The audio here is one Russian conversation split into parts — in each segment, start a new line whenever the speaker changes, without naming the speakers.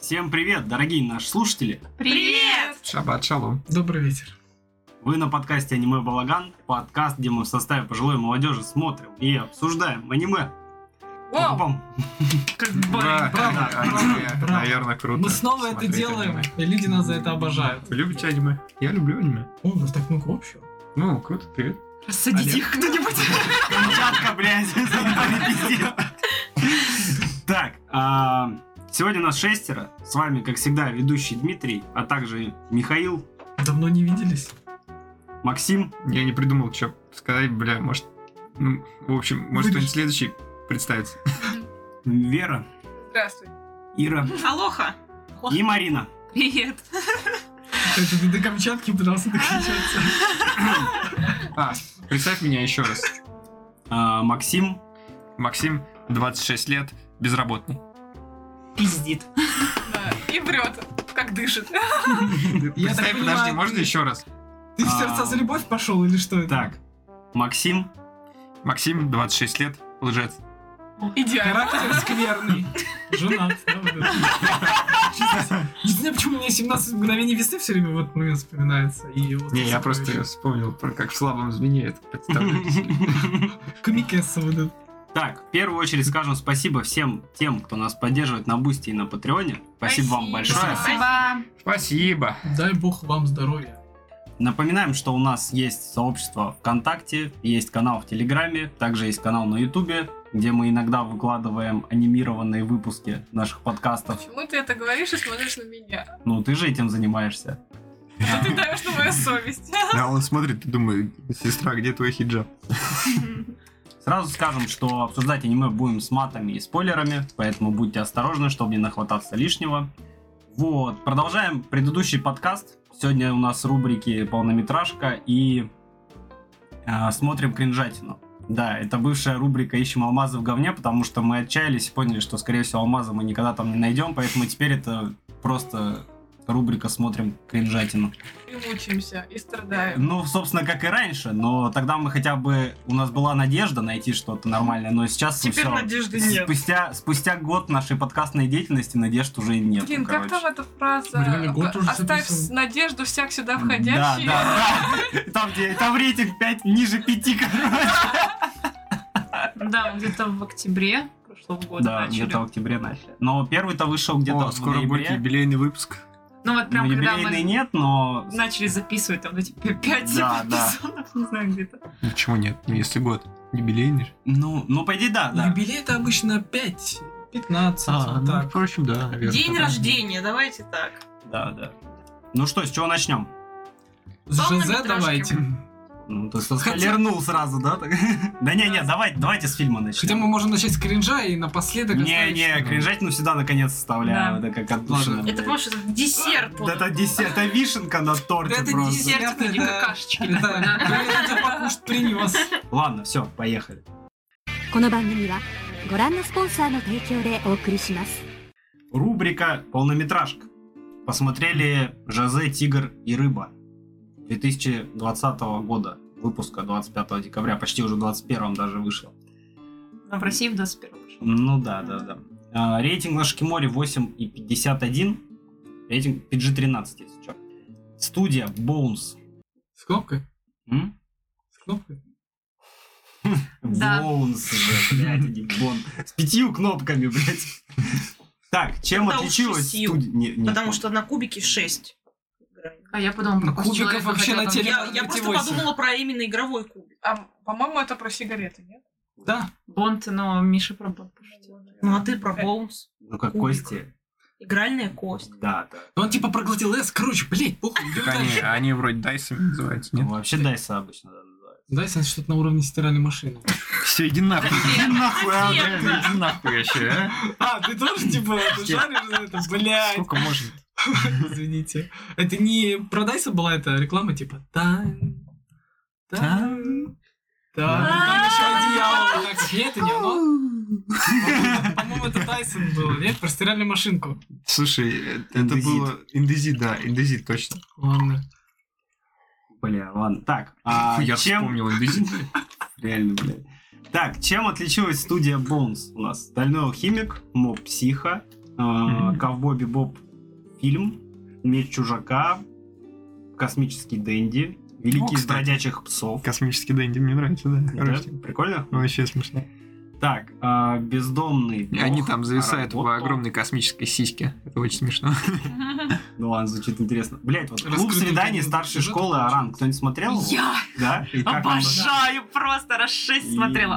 Всем привет, дорогие наши слушатели!
Привет!
Шаббат шалом.
Добрый вечер.
Вы на подкасте «Аниме Балаган», подкаст, где мы в составе пожилой молодежи смотрим и обсуждаем аниме.
Вау!
Пам-пам.
Как
Да,
барин, браво,
да,
браво,
аниме,
браво.
наверное, круто.
Мы снова это
смотреть
делаем,
аниме.
и люди нас за это обожают.
Вы любите аниме? Я люблю аниме.
О, у нас так много общего.
Ну, круто, привет.
Рассадите
Олег.
их кто-нибудь!
Камчатка, блядь, никто не пиздит. Так, а, сегодня нас шестеро. С вами, как всегда, ведущий Дмитрий, а также Михаил,
Давно не виделись.
Максим.
Я не придумал, что сказать, бля, может... Ну, в общем, может,
Вырежь.
кто-нибудь следующий представится.
Вера,
Здравствуй.
Ира
Алоха!
и Марина.
Привет!
Это ты до Камчатки пытался докричаться.
А, представь меня еще раз.
А, Максим.
Максим, 26 лет, безработный.
Пиздит.
И врет, как дышит.
Представь,
понимаю,
подожди,
ты-
можно еще раз?
Ты в
А.
сердца за любовь пошел или что это?
Так, Максим.
Максим, 26 лет, лжец.
Идеально.
Характер скверный. Женат. да, вот это. Чисто. Не знаю, почему мне 17 мгновений весны все время в этот момент вспоминается. и вот
Не, я
это самое
просто
еще.
вспомнил, про как в слабом змене это представляю.
Комикесса вот этот.
Так, в первую очередь скажем спасибо всем тем, кто нас поддерживает на Бусти и на Патреоне. Спасибо, вам большое.
Спасибо.
Спасибо.
Дай бог вам здоровья.
Напоминаем, что у нас есть сообщество ВКонтакте, есть канал в Телеграме, также есть канал на Ютубе, где мы иногда выкладываем анимированные выпуски наших подкастов.
Почему ты это говоришь и смотришь на меня?
Ну, ты же этим занимаешься.
Что ты давишь на мою совесть?
Да, он смотрит и думает, сестра, где твой хиджаб?
Сразу скажем, что обсуждать аниме будем с матами и спойлерами, поэтому будьте осторожны, чтобы не нахвататься лишнего. Вот, продолжаем предыдущий подкаст. Сегодня у нас рубрики полнометражка и э, смотрим кринжатину. Да, это бывшая рубрика «Ищем алмазы в говне», потому что мы отчаялись и поняли, что, скорее всего, алмазы мы никогда там не найдем, поэтому теперь это просто рубрика «Смотрим кринжатину».
И мучаемся, и страдаем.
Ну, собственно, как и раньше, но тогда мы хотя бы... У нас была надежда найти что-то нормальное, но сейчас
Теперь
всё.
надежды нет.
Спустя, спустя год нашей подкастной деятельности надежд уже нет.
Блин,
ну,
как там
короче.
эта фраза?
Блин, год уже
Оставь
записан.
с- надежду всяк сюда
Да,
входящий.
да, да. Там, где, там рейтинг 5 ниже 5, короче.
Да, мы где-то в октябре прошлого года
Да,
начали.
где-то в октябре начали. Но первый-то вышел где-то
О,
в
скоро будет
ноябре.
юбилейный выпуск.
Ну вот
Ну,
прям когда
юбилейный
мы
нет, но...
начали записывать там эти п- пять
Да, да.
эпизодов, не знаю, где-то.
Ничего нет, Ну, если год. Юбилейный же.
Ну, ну, по идее, да, да.
Юбилей это обычно 5, 15,
А, ну,
вот так.
впрочем, да,
День рождения, давайте так.
Да, да. Ну что, с чего начнем?
С Жозе
Полнометражки.
давайте.
Ну, ты со-
Хотя-
лернул сразу, да? так? Да не, не, давай, давайте с фильма начнем.
Хотя мы можем начать с кринжа и напоследок оставить-
Не-не, кринжатину всегда наконец составляем. Это как от души.
Ладно.
блядь.
Это, помнишь, это десерт.
Да
вот.
Это десерт, это вишенка на торте
Это
просто.
десерт.
Десерт в виде
Это-
какашечки.
Это
такой, да.
блин, я покушать принес.
Ладно, все, поехали.
この番組はご覧のスポンサーの提供でお送りします。
Рубрика «Полнометражка». Посмотрели «Жозе, тигр и рыба» 2020 года, выпуска 25 декабря, почти уже в 21 даже вышел.
Но в России в 21 пошел.
Ну да, да, да. А, рейтинг на Шкиморе 8,51. Рейтинг PG-13, если что. Студия Bones.
С кнопкой?
М?
С кнопкой?
Да.
Боунс же, блядь, не Бон. С пятью кнопками, блядь. Так, чем
Тогда уж
отличилась
шестью.
студия? Не- не.
Потому что на кубике 6.
А я подумала,
Ну,
просто
кубиков
человек
вообще
хотел
на
там-
теле-
Я,
ну,
может
я
быть, и
просто
восемь.
подумала про именно игровой кубик.
А, по-моему, это про сигареты, нет?
Да.
Бонд, но Миша про Бонд пошутил.
Ну а ты про боунс.
Ну как
Кубик.
кости.
Игральная кость.
Да, да.
Но он типа проглотил С, короче, блять, похуй. идём
Они,
дальше.
они вроде дайсами называются,
Ну,
нет?
вообще Дайса обычно да, называют.
Дайсон что-то на уровне стиральной машины.
Все, иди нахуй. Иди нахуй, а, блядь, иди нахуй вообще, а?
А, ты тоже типа ты
Все.
шаришь за это? Блядь.
Сколько можно?
Извините. Это не про Дайса была эта реклама, типа тан, тан, тан. Там еще одеяло. вот так. Нет, это не оно. По-моему, По-моему, это Дайсон был. Нет, про стиральную машинку.
Слушай, э, это
Индезит.
было... Индезит, да, индезит, точно.
Ладно.
Бля, ладно. Так, а
Я
чем...
вспомнил индезит.
Реально, блядь. Так, чем отличилась студия Bones у нас? Стальной алхимик, моб психа, э, Ковбой Бибоп фильм, Меч чужака, Космический Дэнди, Великий из
кстати.
бродячих псов.
Космический Дэнди мне нравится, да.
Да,
Хорошо.
Прикольно?
Ну, Вообще смешно.
Так, э, бездомный.
И
бог
они там зависают в
работал.
огромной космической сиське. Это очень смешно.
Ну ладно, звучит интересно. Блять, вот клуб
Раскрытый
свиданий
там
старшей
сюжет
школы
получается.
Аран. Кто-нибудь смотрел? его?
Я
Да? И как он-
обожаю, просто раз шесть
И-
смотрела.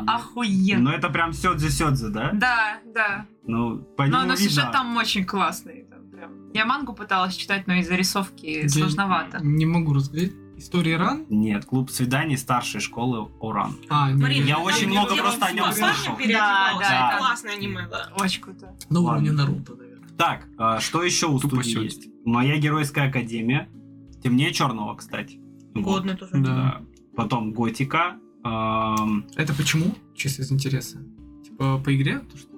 Ну
Охуенно.
это прям сёдзи сёдзи, да?
Да, да.
Ну, по
Но
нему
но сюжет
видно.
там очень классный. там прям. Я мангу пыталась читать, но из-за рисовки
Я
сложновато.
Не могу разглядеть. История ран?
Нет, клуб свиданий старшей школы Оран.
А, не,
Блин,
не.
Я очень
там
много
девочка
просто о нём
с парнем
слышал.
переодевалась.
Да,
да, да.
Классное аниме, да.
Очень круто.
На
Ладно.
уровне Наруто, наверное.
Так, а что еще у
Тупо
студии
сёдзи.
есть? Моя геройская академия. Темнее черного, кстати. Вот.
Годно тоже. А
Да. Потом готика. эм,
Это почему? Чисто из интереса. Типа по игре? То, что-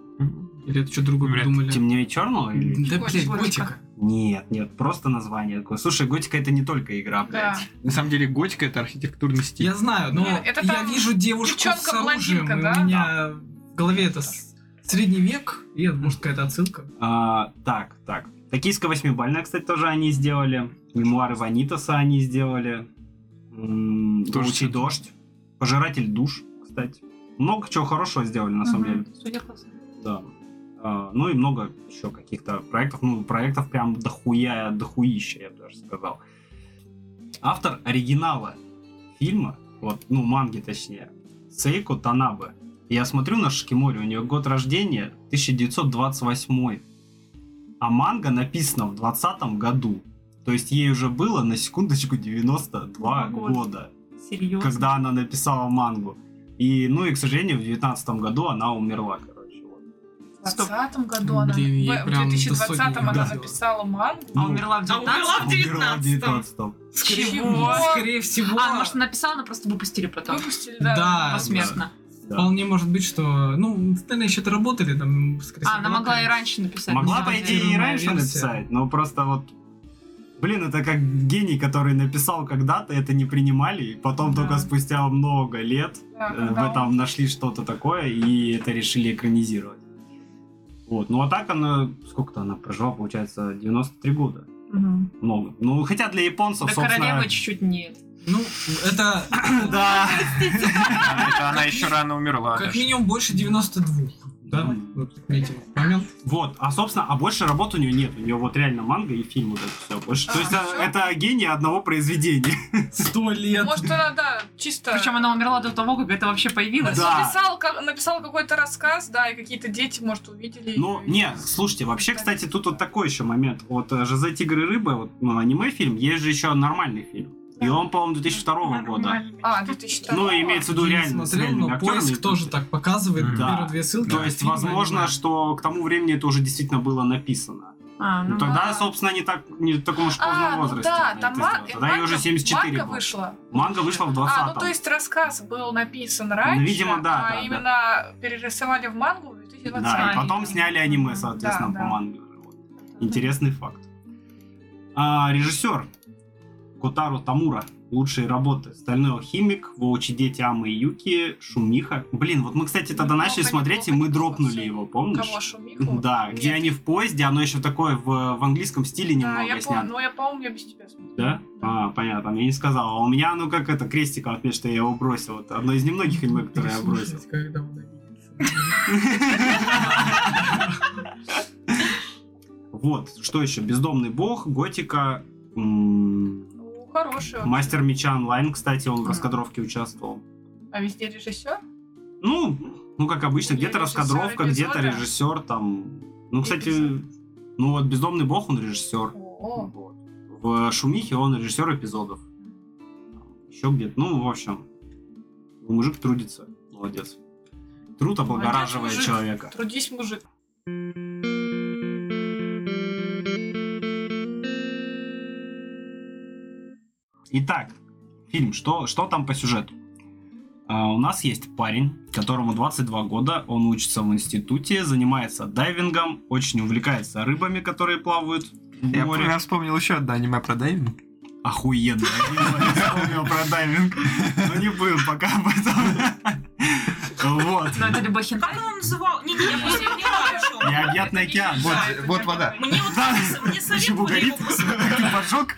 Или это что-то другое
Вряд ли.
придумали?
Темнее черного? или-
Да,
Котик,
блядь,
котик.
котика.
Нет, нет, просто название такое. Слушай, готика это не только игра,
Да.
блядь.
На самом деле, готика это архитектурный стиль.
Я знаю, но
Нет, это
я
там
вижу девушку с оружием,
девчонка-блондинка,
и
да?
у меня в голове это с- средний век, и это, может какая-то отсылка.
А, так, так. Токийская восьмибальная, кстати, тоже они сделали. Мемуары Ванитаса они сделали. М,
Тоже
Паучий
всё-
дождь. Пожиратель душ, кстати. Много чего хорошего сделали, на самом деле.
Мгм. Судя по всему.
Да. А, Ну и много еще каких-то проектов. Ну, проектов прям дохуя, дохуища, я бы даже сказал. Автор оригинала фильма, вот, ну, манги точнее, Сейко Танабе. Я смотрю на Шикимори, у нее год рождения 1928. А манга написана в 20 году. То есть ей уже было, на секундочку, 92
Два года.
года
Серьезно.
когда она написала мангу. И, ну и, к сожалению, в девятнадцатом году она умерла, короче. вот.
В 20 году она...
Блин, ей
в
прям до
2020 она
сотни, да.
написала мангу.
А
Ну,
умерла в
А умерла
19
в
умерла в
19
девятнадцатом.
Чего?
Скорее всего.
А, может, написала, но просто выпустили потом. А,
Выпустили, да.
Да,
Посмертно.
Да.
вполне может быть, что... Ну, наверное, еще доработали там. скорее
А,
всего,
она могла и
доработали.
раньше написать.
Могла,
на
по
самом деле.
идее, и раньше
версия.
написать, но просто вот... Блин, это как гений, который написал когда-то, это не принимали, и потом
Да.
только спустя много лет
Да,
э, в
когда
этом нашли что-то такое, и это решили экранизировать. Вот, ну а так она, сколько-то она прожила, получается, 93 года.
Мгм.
Много. Ну, хотя для японцев,
До
собственно...
королевы чуть-чуть нет.
Ну, это
Да.
Это она еще рано умерла.
как
даже.
минимум больше 92. Да?
Мгм.
Вот отметим этот момент.
Вот, а собственно, а больше работ у нее нет. У нее вот реально манга и фильм вот это все. Больше. То
А,
есть а,
всё.
это гений одного произведения.
Сто лет.
Может, она, да, чисто...
Причем она умерла до того, как это вообще появилось.
Да.
Написал, как- написал какой-то рассказ, да, и какие-то дети, может, увидели.
Ну,
её.
не, слушайте, вообще, кстати, тут вот такой еще момент. Вот э, «Жозе, тигры и рыбы», вот ну, аниме-фильм, есть же еще нормальный фильм. И он, по-моему, 2002 года.
Нормально.
А, 2002
Ну, имеется в виду
Я не
реально с
смотрел,
реальными
но
актерами.
поиск тоже так показывает.
Да.
Первые две ссылки. а
То есть,
Фильм,
возможно,
аниме.
что к тому времени это уже действительно было написано.
А,
Ну,
ну,
тогда,
да.
собственно, не так не в таком уж
А,
поздном
ну
возрасте.
да,
они
там
это
ман-
сделали. Тогда ей уже
манга-
74
манга
было.
вышла.
Манга вышла в 20
А, ну то есть рассказ был написан раньше,
видимо, да,
а
да, да.
именно перерисовали в мангу в 2020
Да, и
Смотри.
потом сняли аниме, соответственно,
Да,
по
да.
манге. Вот. Интересный факт. А, режиссер Котару Тамура. Лучшие работы. Стальной алхимик, Воучи дети Амы и Юки, Шумиха. Блин, вот мы, кстати, тогда
Неплохо,
начали смотреть, и мы
неплохо,
дропнули
неплохо.
его, помнишь?
Кого, Шумиху?
Да, где
Нет.
они в поезде, оно еще такое в, в английском стиле
Да,
немного
я
снято.
помню, но я, по-моему, я без тебя смотрела.
Да? А, понятно, я не сказал. А у меня, ну как это, крестиком отмечу, что я его бросил. Это одно из немногих аниме, которое я бросил.
Переслушать, когда он родится.
Вот, что еще? Бездомный бог, готика, м,
Ну, хороший он.
мастер меча онлайн, кстати, он в
Мгм.
раскадровке участвовал.
А везде режиссер?
Ну, ну как обычно,
Или
где-то
режиссер
раскадровка, где-то
эпизода.
режиссер там. Ну, кстати,
Эпизод.
ну вот бездомный бог, он режиссер.
О,
Вот. В Шумихе он режиссер эпизодов. Еще где-то. Ну, в общем, мужик трудится. Молодец. Труд облагораживает
мужик.
человека.
трудись, мужик.
Итак, фильм, что, что там по сюжету? А, у нас есть парень, которому 22 года, он учится в институте, занимается дайвингом, очень увлекается рыбами, которые плавают в
Я
море.
я вспомнил еще одно аниме про дайвинг.
Охуенно. Ну, Я не вспомнил про дайвинг. Но не будем пока об этом. Вот.
Но это либо хентай.
Как он называл? Не, не, я просто не понимаю, о чем.
Необъятный океан.
Вот, вот вода.
Мне вот
Да.
кажется, мне совет
Почему
будет
горит?
его посмотреть.
Ты поджег?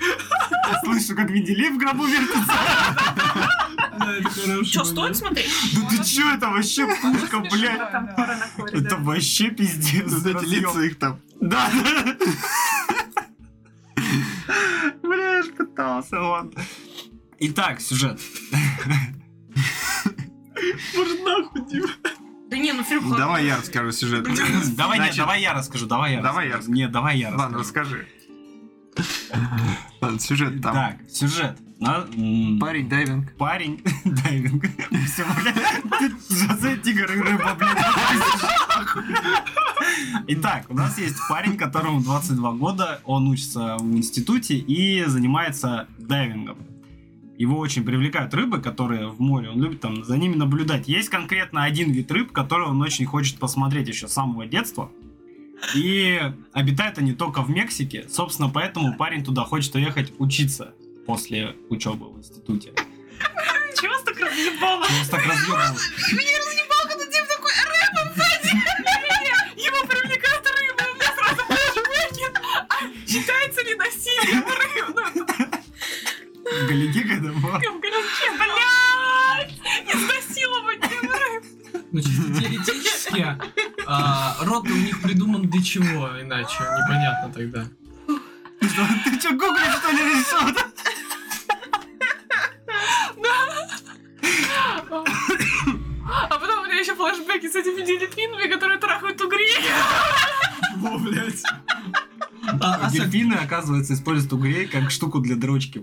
Я слышу, как венделей в гробу вертится.
Да, это хорошо.
Что, стоит смотреть?
Да ты чё, это вообще пушка, блядь.
Там пора на коре,
Это
да.
вообще пиздец.
Вот эти
Разъёб.
лица их там.
Да. Бля, я ж пытался, ладно. Итак, сюжет.
Может, нахуй, Дима?
Да не, ну Филипп, ладно.
Давай я расскажу сюжет.
Давай, нет,
Значит,
давай я расскажу, давай я
давай я
расскажу. Нет, давай я
Ладно,
расскажу.
расскажи. Ладно, сюжет там.
Так, сюжет. На- м,
Парень дайвинг.
Парень дайвинг. Все, Жозе тигр и рыба, блин. Итак, у нас есть парень, которому 22 года, он учится в институте и занимается дайвингом. Его очень привлекают рыбы, которые в море, он любит там за ними наблюдать. Есть конкретно один вид рыб, который он очень хочет посмотреть еще с самого детства. И обитают они только в Мексике. Собственно, поэтому парень туда хочет уехать учиться после учебы в институте.
Чего вас так разъебало?
Я вас так разъебывал.
Его привлекает рыба, у меня сразу флешбеки. А считается ли насилие рыб? Ну, это
Галики когда было.
в горячке, блядь! Изнасилование!
Значит, теоретически а, рот у них придуман для чего, иначе непонятно тогда.
Ты что, гуглишь, что ли, решил?
А потом у меня еще флешбеки с этими дельфинами, которые трахают угрей.
Во, блядь. А, а сак-
Дельфины, оказывается, используют угрей как штуку для дрочки.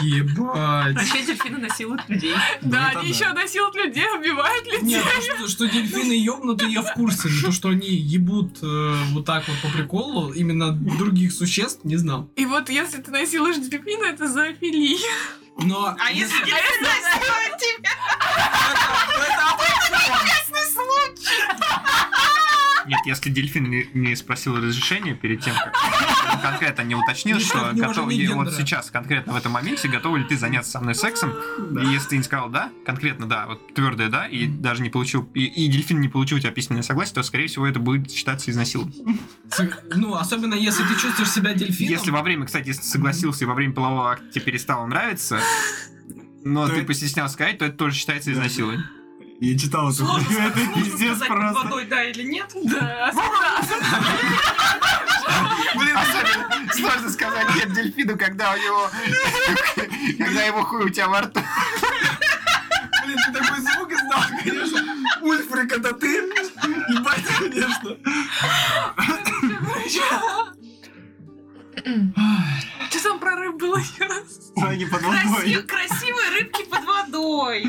Ебать.
Вообще дельфины насилуют людей.
Да,
это
они
да.
еще насилуют людей, убивают людей.
Нет, то, что, что дельфины ёбнуты, я в курсе. Но То, что они ебут э, вот так вот по приколу, именно других существ, не знал.
И вот если ты насилуешь дельфина, это зоофилия.
Но...
А если
А если насиловать тебя?
Нет, если дельфин не, не спросил разрешения перед тем, как он конкретно не уточнил,
Никак
что
не
готов,
можем
и
гендера.
вот сейчас, конкретно в этом моменте, готова ли ты заняться со мной сексом, и если ты не сказал да, конкретно да, вот твердое да, и даже не получил, и, и дельфин не получил у тебя письменное согласие, то, скорее всего, это будет считаться изнасилованием.
Ну, особенно если ты чувствуешь себя дельфином.
Если во время, кстати, если согласился и во время полового акта тебе перестало нравиться, но
То
ты
это-
постеснялся сказать, то это тоже считается изнасилованием.
Я читал эту
сложно,
хуйню,
сказать,
это
сложно
пиздец
сказать, под
просто.
водой, да или нет?
Да,
Блин, особенно А сложно сказать нет дельфину, когда у него... Когда его хуй у тебя во рту.
Блин, ты такой звук издал, конечно. Ульфрик, это ты? Ебать, конечно.
Что там про рыб было?
Ой, не под водой.
Красив- Красивые рыбки под водой.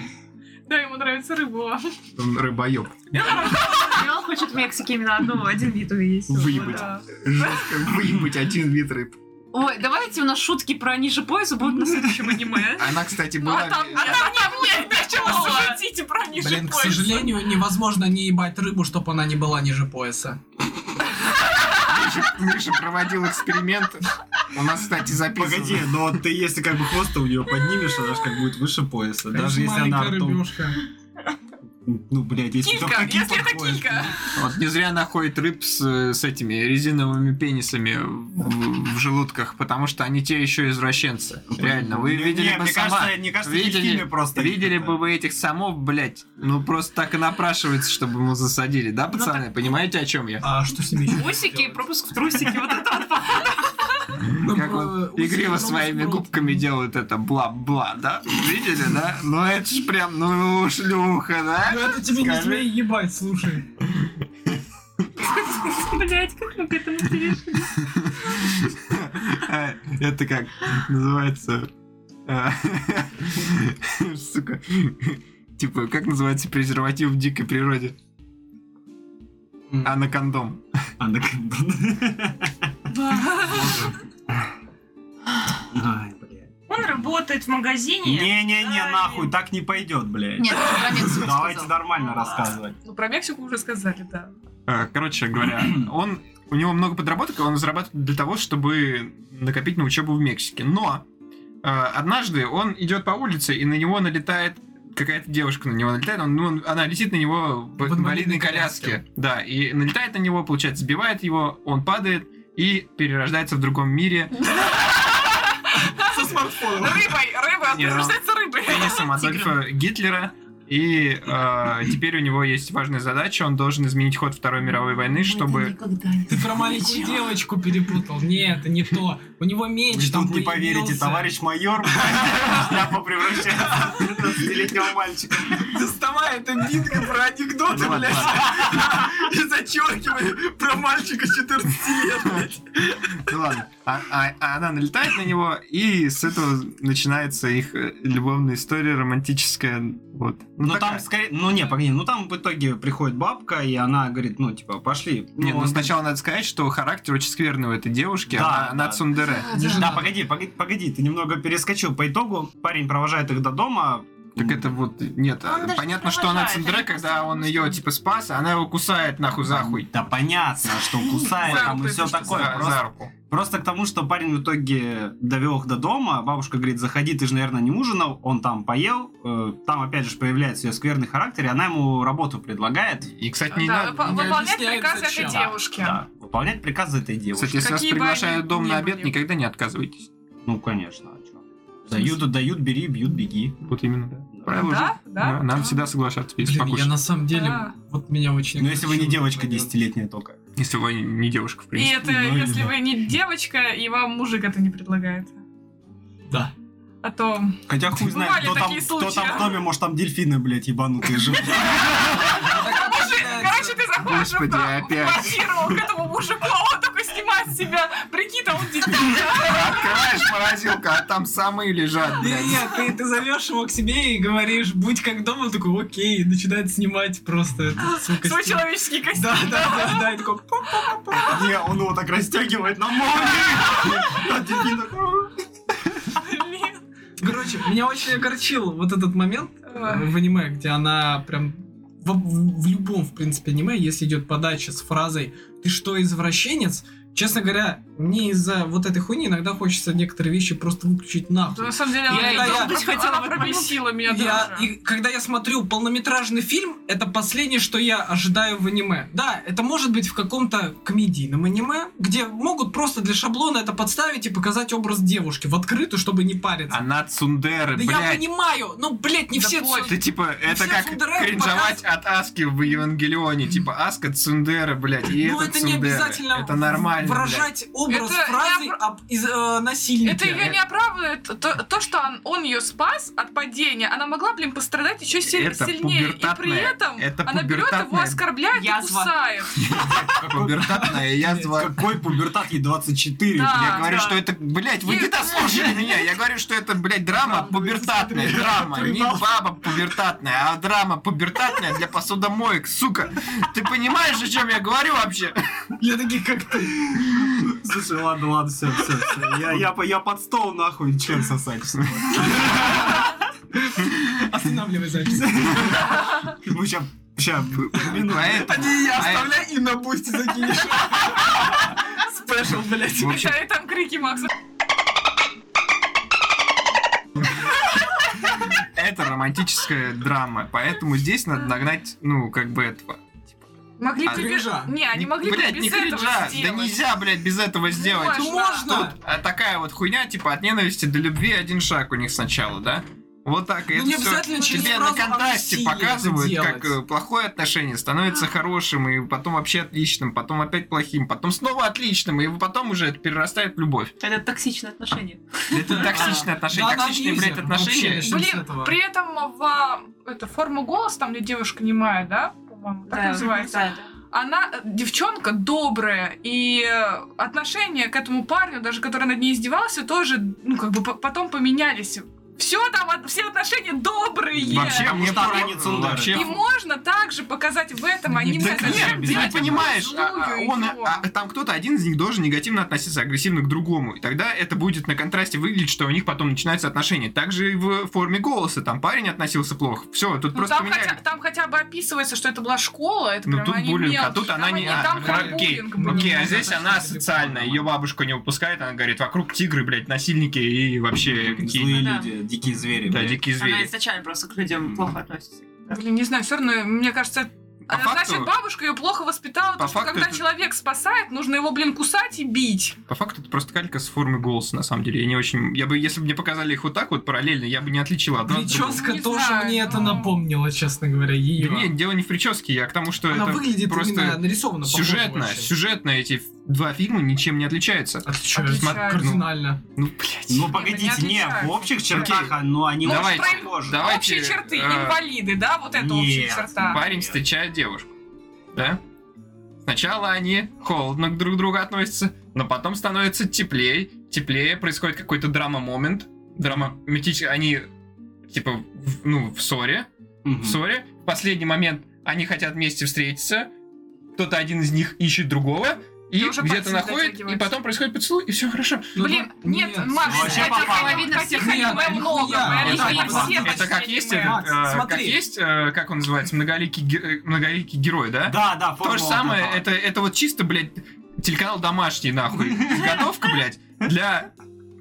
Да, ему нравится рыба.
Он рыбоеб.
И он хочет в Мексике именно одну, один вид увидеть.
Выебать.
Да.
Жестко выебать один вид рыб.
Ой, давайте у нас шутки про ниже пояса будут на следующем аниме.
Она, кстати, была...
А там нет ничего, шутите про ниже
Блин, к
пояса.
сожалению, невозможно не ебать рыбу, чтобы она не была ниже пояса.
Миша- Миша проводил эксперимент. У нас, кстати, записано.
Погоди, но вот ты если как бы хвост у нее поднимешь, она же как будет выше пояса. Даже если она
Маленькая
ртом...
рыбешка.
Ну, блядь, если
Килька,
там такие
если это
подходят.
килька.
Вот не зря находит рыб с, э, с этими резиновыми пенисами в, в желудках, потому что они те еще извращенцы. Реально, вы
Не,
видели
Ну, не,
бы
мне
сама.
кажется, мне кажется,
Видели-
дельфины просто...
Видели
это.
бы вы этих самов, блять, ну просто так и напрашивается, чтобы ему засадили, да, пацаны? Понимаете, о чем я?
А что с ними еще?
Усики, пропуск в трусики, вот это вот.
Ну,
Как
про-
он
усики,
игриво
про
своими
усики.
губками делают это бла-бла, да? Видели, да? Ну это ж прям, ну шлюха,
Ну
да?
это тебе не
Скажи.
змей ебать, слушай.
Блять, как мы к этому пришли?
А, Это как называется... а, Сука. Типа, как называется презерватив в дикой природе? Анакондом.
А, ну, Анаконда. Ай, блядь.
Он работает в магазине.
Не-не-не,
Ай.
нахуй, так не пойдет, блядь.
Нет, А. это про Мексику
Давайте
сказал.
нормально рассказывать.
Ну, про Мексику уже сказали, да.
Э, Короче говоря, он у него много подработок, и он зарабатывает для того, чтобы накопить на учебу в Мексике. Но э, однажды он идет по улице, и на него налетает какая-то девушка на него налетает, он, ну, он- она летит на него в,
В инвалидной
инвалидной коляске.
коляске.
Да, и налетает на него, получается, сбивает его, он падает и перерождается в другом мире
Со смартфоном.
Рыбой, рыбой, он
Не, ну,
превращается рыбой.
теннисом от Адольфа Гитлера. И э, теперь у него есть важная задача, он должен изменить ход Второй мировой войны, чтобы...
Ты про маленькую девочку перепутал. Нет, это не то. У него меч
Вы
там
тут не поверите,
появился.
товарищ майор, шляпа превращается в 15-летнего мальчика.
Доставай, это битка про анекдоты,
Ну, блядь.
И зачеркивай про мальчика 14 лет, Ну ладно. А, а- а она налетает на него, и с этого начинается их э, любовная история, романтическая. Вот. Ну,
Ну там
такая.
скорее, ну не, погоди, ну там в итоге приходит бабка, и она говорит, ну типа, пошли.
Нет, ну
он-
сначала надо сказать, что характер очень скверный у этой девушки,
Да,
она, она
да.
цундере.
Да, погоди, погоди, погоди, ты немного перескочил. По итогу парень провожает их до дома.
Так это вот, нет,
Он даже не
понятно, что она
провожает,
цундере,
они
когда
просто
он
просто-
ее типа спас, а она его кусает нахуй за хуй.
Да понятно, что кусает
За
там
руку,
и все
если что,
такое.
за,
Просто-
за руку.
Просто к тому, что парень в итоге довел их до дома, бабушка говорит, заходи, ты же, наверное, не ужинал, он там поел, э, там опять же появляется ее скверный характер, и она ему работу предлагает,
И, кстати, не
Да,
надо...
выпо-
не
выполнять
объясняет,
приказы этой
зачем.
девушки.
да, выполнять приказы этой девушки.
Кстати, если вас
Какие бы
приглашают
они
в дом на
ни
обед,
были.
никогда не отказывайтесь.
Ну, конечно, а чё? Дают, дают, бери, бьют, беги.
Вот именно, да. Правильно.
Да, да.
Надо всегда соглашаться, если
Блин, я
покушать.
на самом деле,
Да.
вот меня очень...
Но Ну, если вы не
огорчило
девочка
этот момент.
10-летняя только.
Если вы не девушка, в
И
принципе.
это
ну,
если
или
вы не девочка, и вам мужик это не предлагает.
Да.
А то...
Хотя хуй знает,
Бывали
кто там,
такие
кто там
случаи.
в доме, может там дельфины, блядь, ебанутые живут.
Короче, а ты заходишь в,
Господи,
та- в
опять.
квартиру к этому мужику, а он такой снимает с себя прикид, а он дитя.
Открываешь морозилку, а там самые лежат,
Нет,
блядь.
нет, ты, ты зовешь его к себе и говоришь, будь как дома, он такой, окей, и начинает снимать просто этот, сука,
Свой
стиль.
человеческий костюм.
Да, да, да, да, и такой, «Пуп».
Не, он его так растягивает на молнии. А дельфин такой,
Блин.
Короче, меня очень огорчил вот этот момент э,
Ой.
в аниме, где она прям в, в- в любом, в принципе, аниме, если идет подача с фразой «Ты что, извращенец?», честно говоря, мне из-за вот этой хуйни иногда хочется некоторые вещи просто выключить нахуй.
Э,
Ну,
На самом деле,
Я-
она
я-
долбить
я-
хотела,
она
вот бесила меня
Я,
даже.
и когда я смотрю полнометражный фильм, это последнее, что я ожидаю в аниме. Да, это может быть в каком-то комедийном аниме, где могут просто для шаблона это подставить и показать образ девушки в открытую, чтобы не париться.
Она цундеры,
да я
А, блядь.
понимаю, но, блядь, не
Да
все...
пофиг.
Ты типа, это
все
как
цундеры
кринжовать от Аски в Евангелионе. Типа, Аска цундера, блядь, и
ну,
этот
это не
цундеры.
обязательно
Это нормально, блядь.
выражать образ
Это
фразы
не опра-
об из, э, насильнике.
Это ее не оправдывает. То, то, что он, ее спас от падения, она могла, блин, пострадать еще сильнее.
Это
и при
пубертатная-
этом
это
она берет его,
пубертатная
оскорбляет
язва.
и кусает.
Пубертатная язва.
Какой пубертат ей 24?
Да.
Я говорю,
А, да.
что это, блядь, вы не
Нет.
дослушали меня. Я говорю, что это, блядь, драма пубертатная. Драма. Не баба пубертатная, а драма пубертатная для посудомоек, сука. Ты понимаешь, о чем я говорю вообще?
Для таких, как ты.
Слушай, ладно, ладно, все, все, все. Я, я, по- я под стол нахуй член сосать. всё.
Останавливай запись.
Мы сейчас... Сейчас...
Поэтому... поэтому-
и на бусте закинешь. Спешл, блядь.
В общем,
Да, и там крики Макса.
это романтическая драма, поэтому здесь надо нагнать, ну, как бы этого.
Могли
А,
бы без-
кринжа.
Не, они могли бы
блядь,
без
не
этого
кринжа, да
сделать. Ну,
нельзя, блядь, без этого сделать.
Можно.
Можно!
А такая вот хуйня, типа, от ненависти до любви один шаг у них сначала, да? Вот так, и
Ну,
это
не
всё
обязательно через
тебе на
фразу о
контрасте
России
показывают,
это
как
делать.
э, плохое отношение становится хорошим, и потом вообще отличным, потом опять плохим, потом снова отличным, и потом уже это перерастает в любовь.
Это токсичные отношения.
Это токсичные
А,
отношения,
Да,
токсичные,
нельзя.
блядь, отношения.
Вообще, Начнем с
Блин,
этого.
при этом а, в это, форму голоса, там, где девушка немая, да, по-моему, так называется. Она, э, девчонка, добрая, и э, отношение к этому парню, даже который над ней издевался, тоже, ну, как бы по- потом поменялись. Все там, от- все отношения добрые.
Вообще, мне
что
пора-
они цундеры.
вообще
И можно также показать в этом
Нет,
аниме.
Так нет, ты не
делать
понимаешь,
злую
а, а он,
идиотку?
а, там кто-то один из них должен негативно относиться агрессивно к другому. И тогда это будет на контрасте выглядеть, что у них потом начинаются отношения. Также и в форме голоса. Там парень относился плохо. Все, тут
Ну,
просто
там,
меняют.
хотя, там хотя бы описывается, что это была школа, это
Ну
прям
тут
они
буллинг, а
мелочи.
тут она
Там
не...
они- Там
а,
прям
Окей,
буллинг был.
окей, а
Ну,
здесь
да,
она
точно,
социальная.
телефон,
Ее бабушка не выпускает, она говорит, вокруг тигры, блядь, насильники и вообще какие...
Злые
Да.
люди, дикие звери.
Да,
блядь.
дикие
Она
звери.
изначально просто к людям плохо относится.
Ну,
Блин, не знаю, все равно, мне кажется,
По
а,
факту-
значит, бабушка ее плохо воспитала,
по
то, что
факту
когда
это-
человек спасает, нужно его, блин, кусать и бить.
По факту это просто калька с формы голоса, на самом деле. Я не очень... Я бы, если бы мне показали их вот так вот параллельно, я бы не отличила одно от другого.
Прическа
Не
тоже
знаю,
мне это
но-
напомнила, честно говоря,
Да
ее.
нет, дело не в прическе, я к тому, что
Она
это
выглядит
просто
именно ну, нарисованно похоже
сюжетно.
очень.
Сюжетно эти два фильма ничем не отличаются.
Отличается
Отличается.
А кардинально.
Ну, блядь.
Ну
Нет,
погодите,
они
не, в
отличаются.
общих чертах, а, ну они
Ну,
Давайте,
очень похожи.
да. Давайте,
общие черты,
э,
инвалиды, да, вот это общие
нет,
черта.
Парень встречает девушку. Да? Сначала они холодно друг к друг другу относятся, но потом становится теплее. Теплее происходит какой-то драма-момент. Драматический. Они типа, в- ну, в ссоре.
Мгм.
В ссоре. В последний момент они хотят вместе встретиться. Кто-то один из них ищет другого. И
И уже
где-то
пальцы
находит, и
дотягиваются.
потом происходит поцелуй, и все хорошо.
Ну,
Ну, Блин,
ну,
нет, Макс,
вообще
таких
попало.
аниме- таких
Нет,
аниме
нихуя.
много,
Это
поэтому я
попало.
все
Это
почти
как есть,
аниме.
этот,
Макс,
э, как
смотри.
есть, э, как он называется, многоликий, ге- э, многоликий герой, да?
Да, да,
То же самое, это, это вот чисто, блядь, телеканал домашний, нахуй. Заготовка, блядь, для...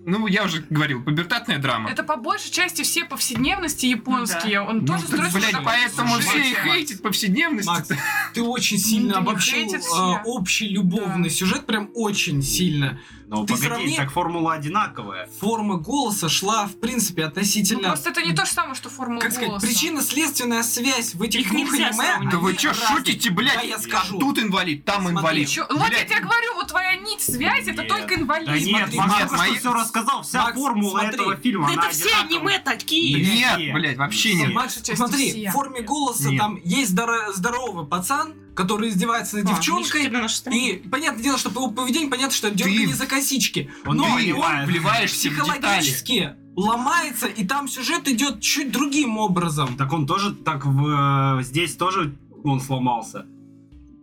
Ну, я уже говорил, пубертатная драма.
Это по большей части все повседневности японские. Он
Ну,
тоже
так,
строится
блядь,
на таком
поэтому
сюжете.
все и хейтят повседневность.
Макс, ты очень сильно
ты не
обобщил
хейтишь
э,
себя.
общий любовный
Да.
сюжет, прям очень сильно.
Ну
Ты
погоди,
сравни-
так формула одинаковая.
Форма голоса шла, в принципе,
Ну,
относительно...
просто это не то же самое, что формула
Как сказать,
голоса.
причинно-следственная связь в этих
Их
двух
нельзя
аниме...
сравнивать.
Да вы
они
чё
разные.
шутите, блядь? А
Да я скажу.
Тут инвалид, там
Смотри,
инвалид.
Чё- Вот я
Блядь,
тебе говорю, вот твоя нить связи, это
Нет. Да
только инвалидизм.
нет,
смотри,
Макс,
Макс,
только
мои-
все рассказал, вся
Макс,
формула
смотри.
этого фильма,
Да
она
это все
одинаковая.
аниме такие.
Блин.
Нет,
Нет.
блядь, вообще нет.
Нет.
Макс,
части
смотри,
все.
в форме голоса
Нет.
там есть здоро- здоровый пацан, который издевается над
А,
девчонкой,
Миша, ты на нашу сторону.
И понятное дело, что по его поведению понятно, что дергание за косички.
Он
Ну,
но
не
он
понимает.
Вливаешься в а, детали.
психологически ломается, и там сюжет идет чуть другим образом.
Так он тоже так в, э, здесь тоже он сломался.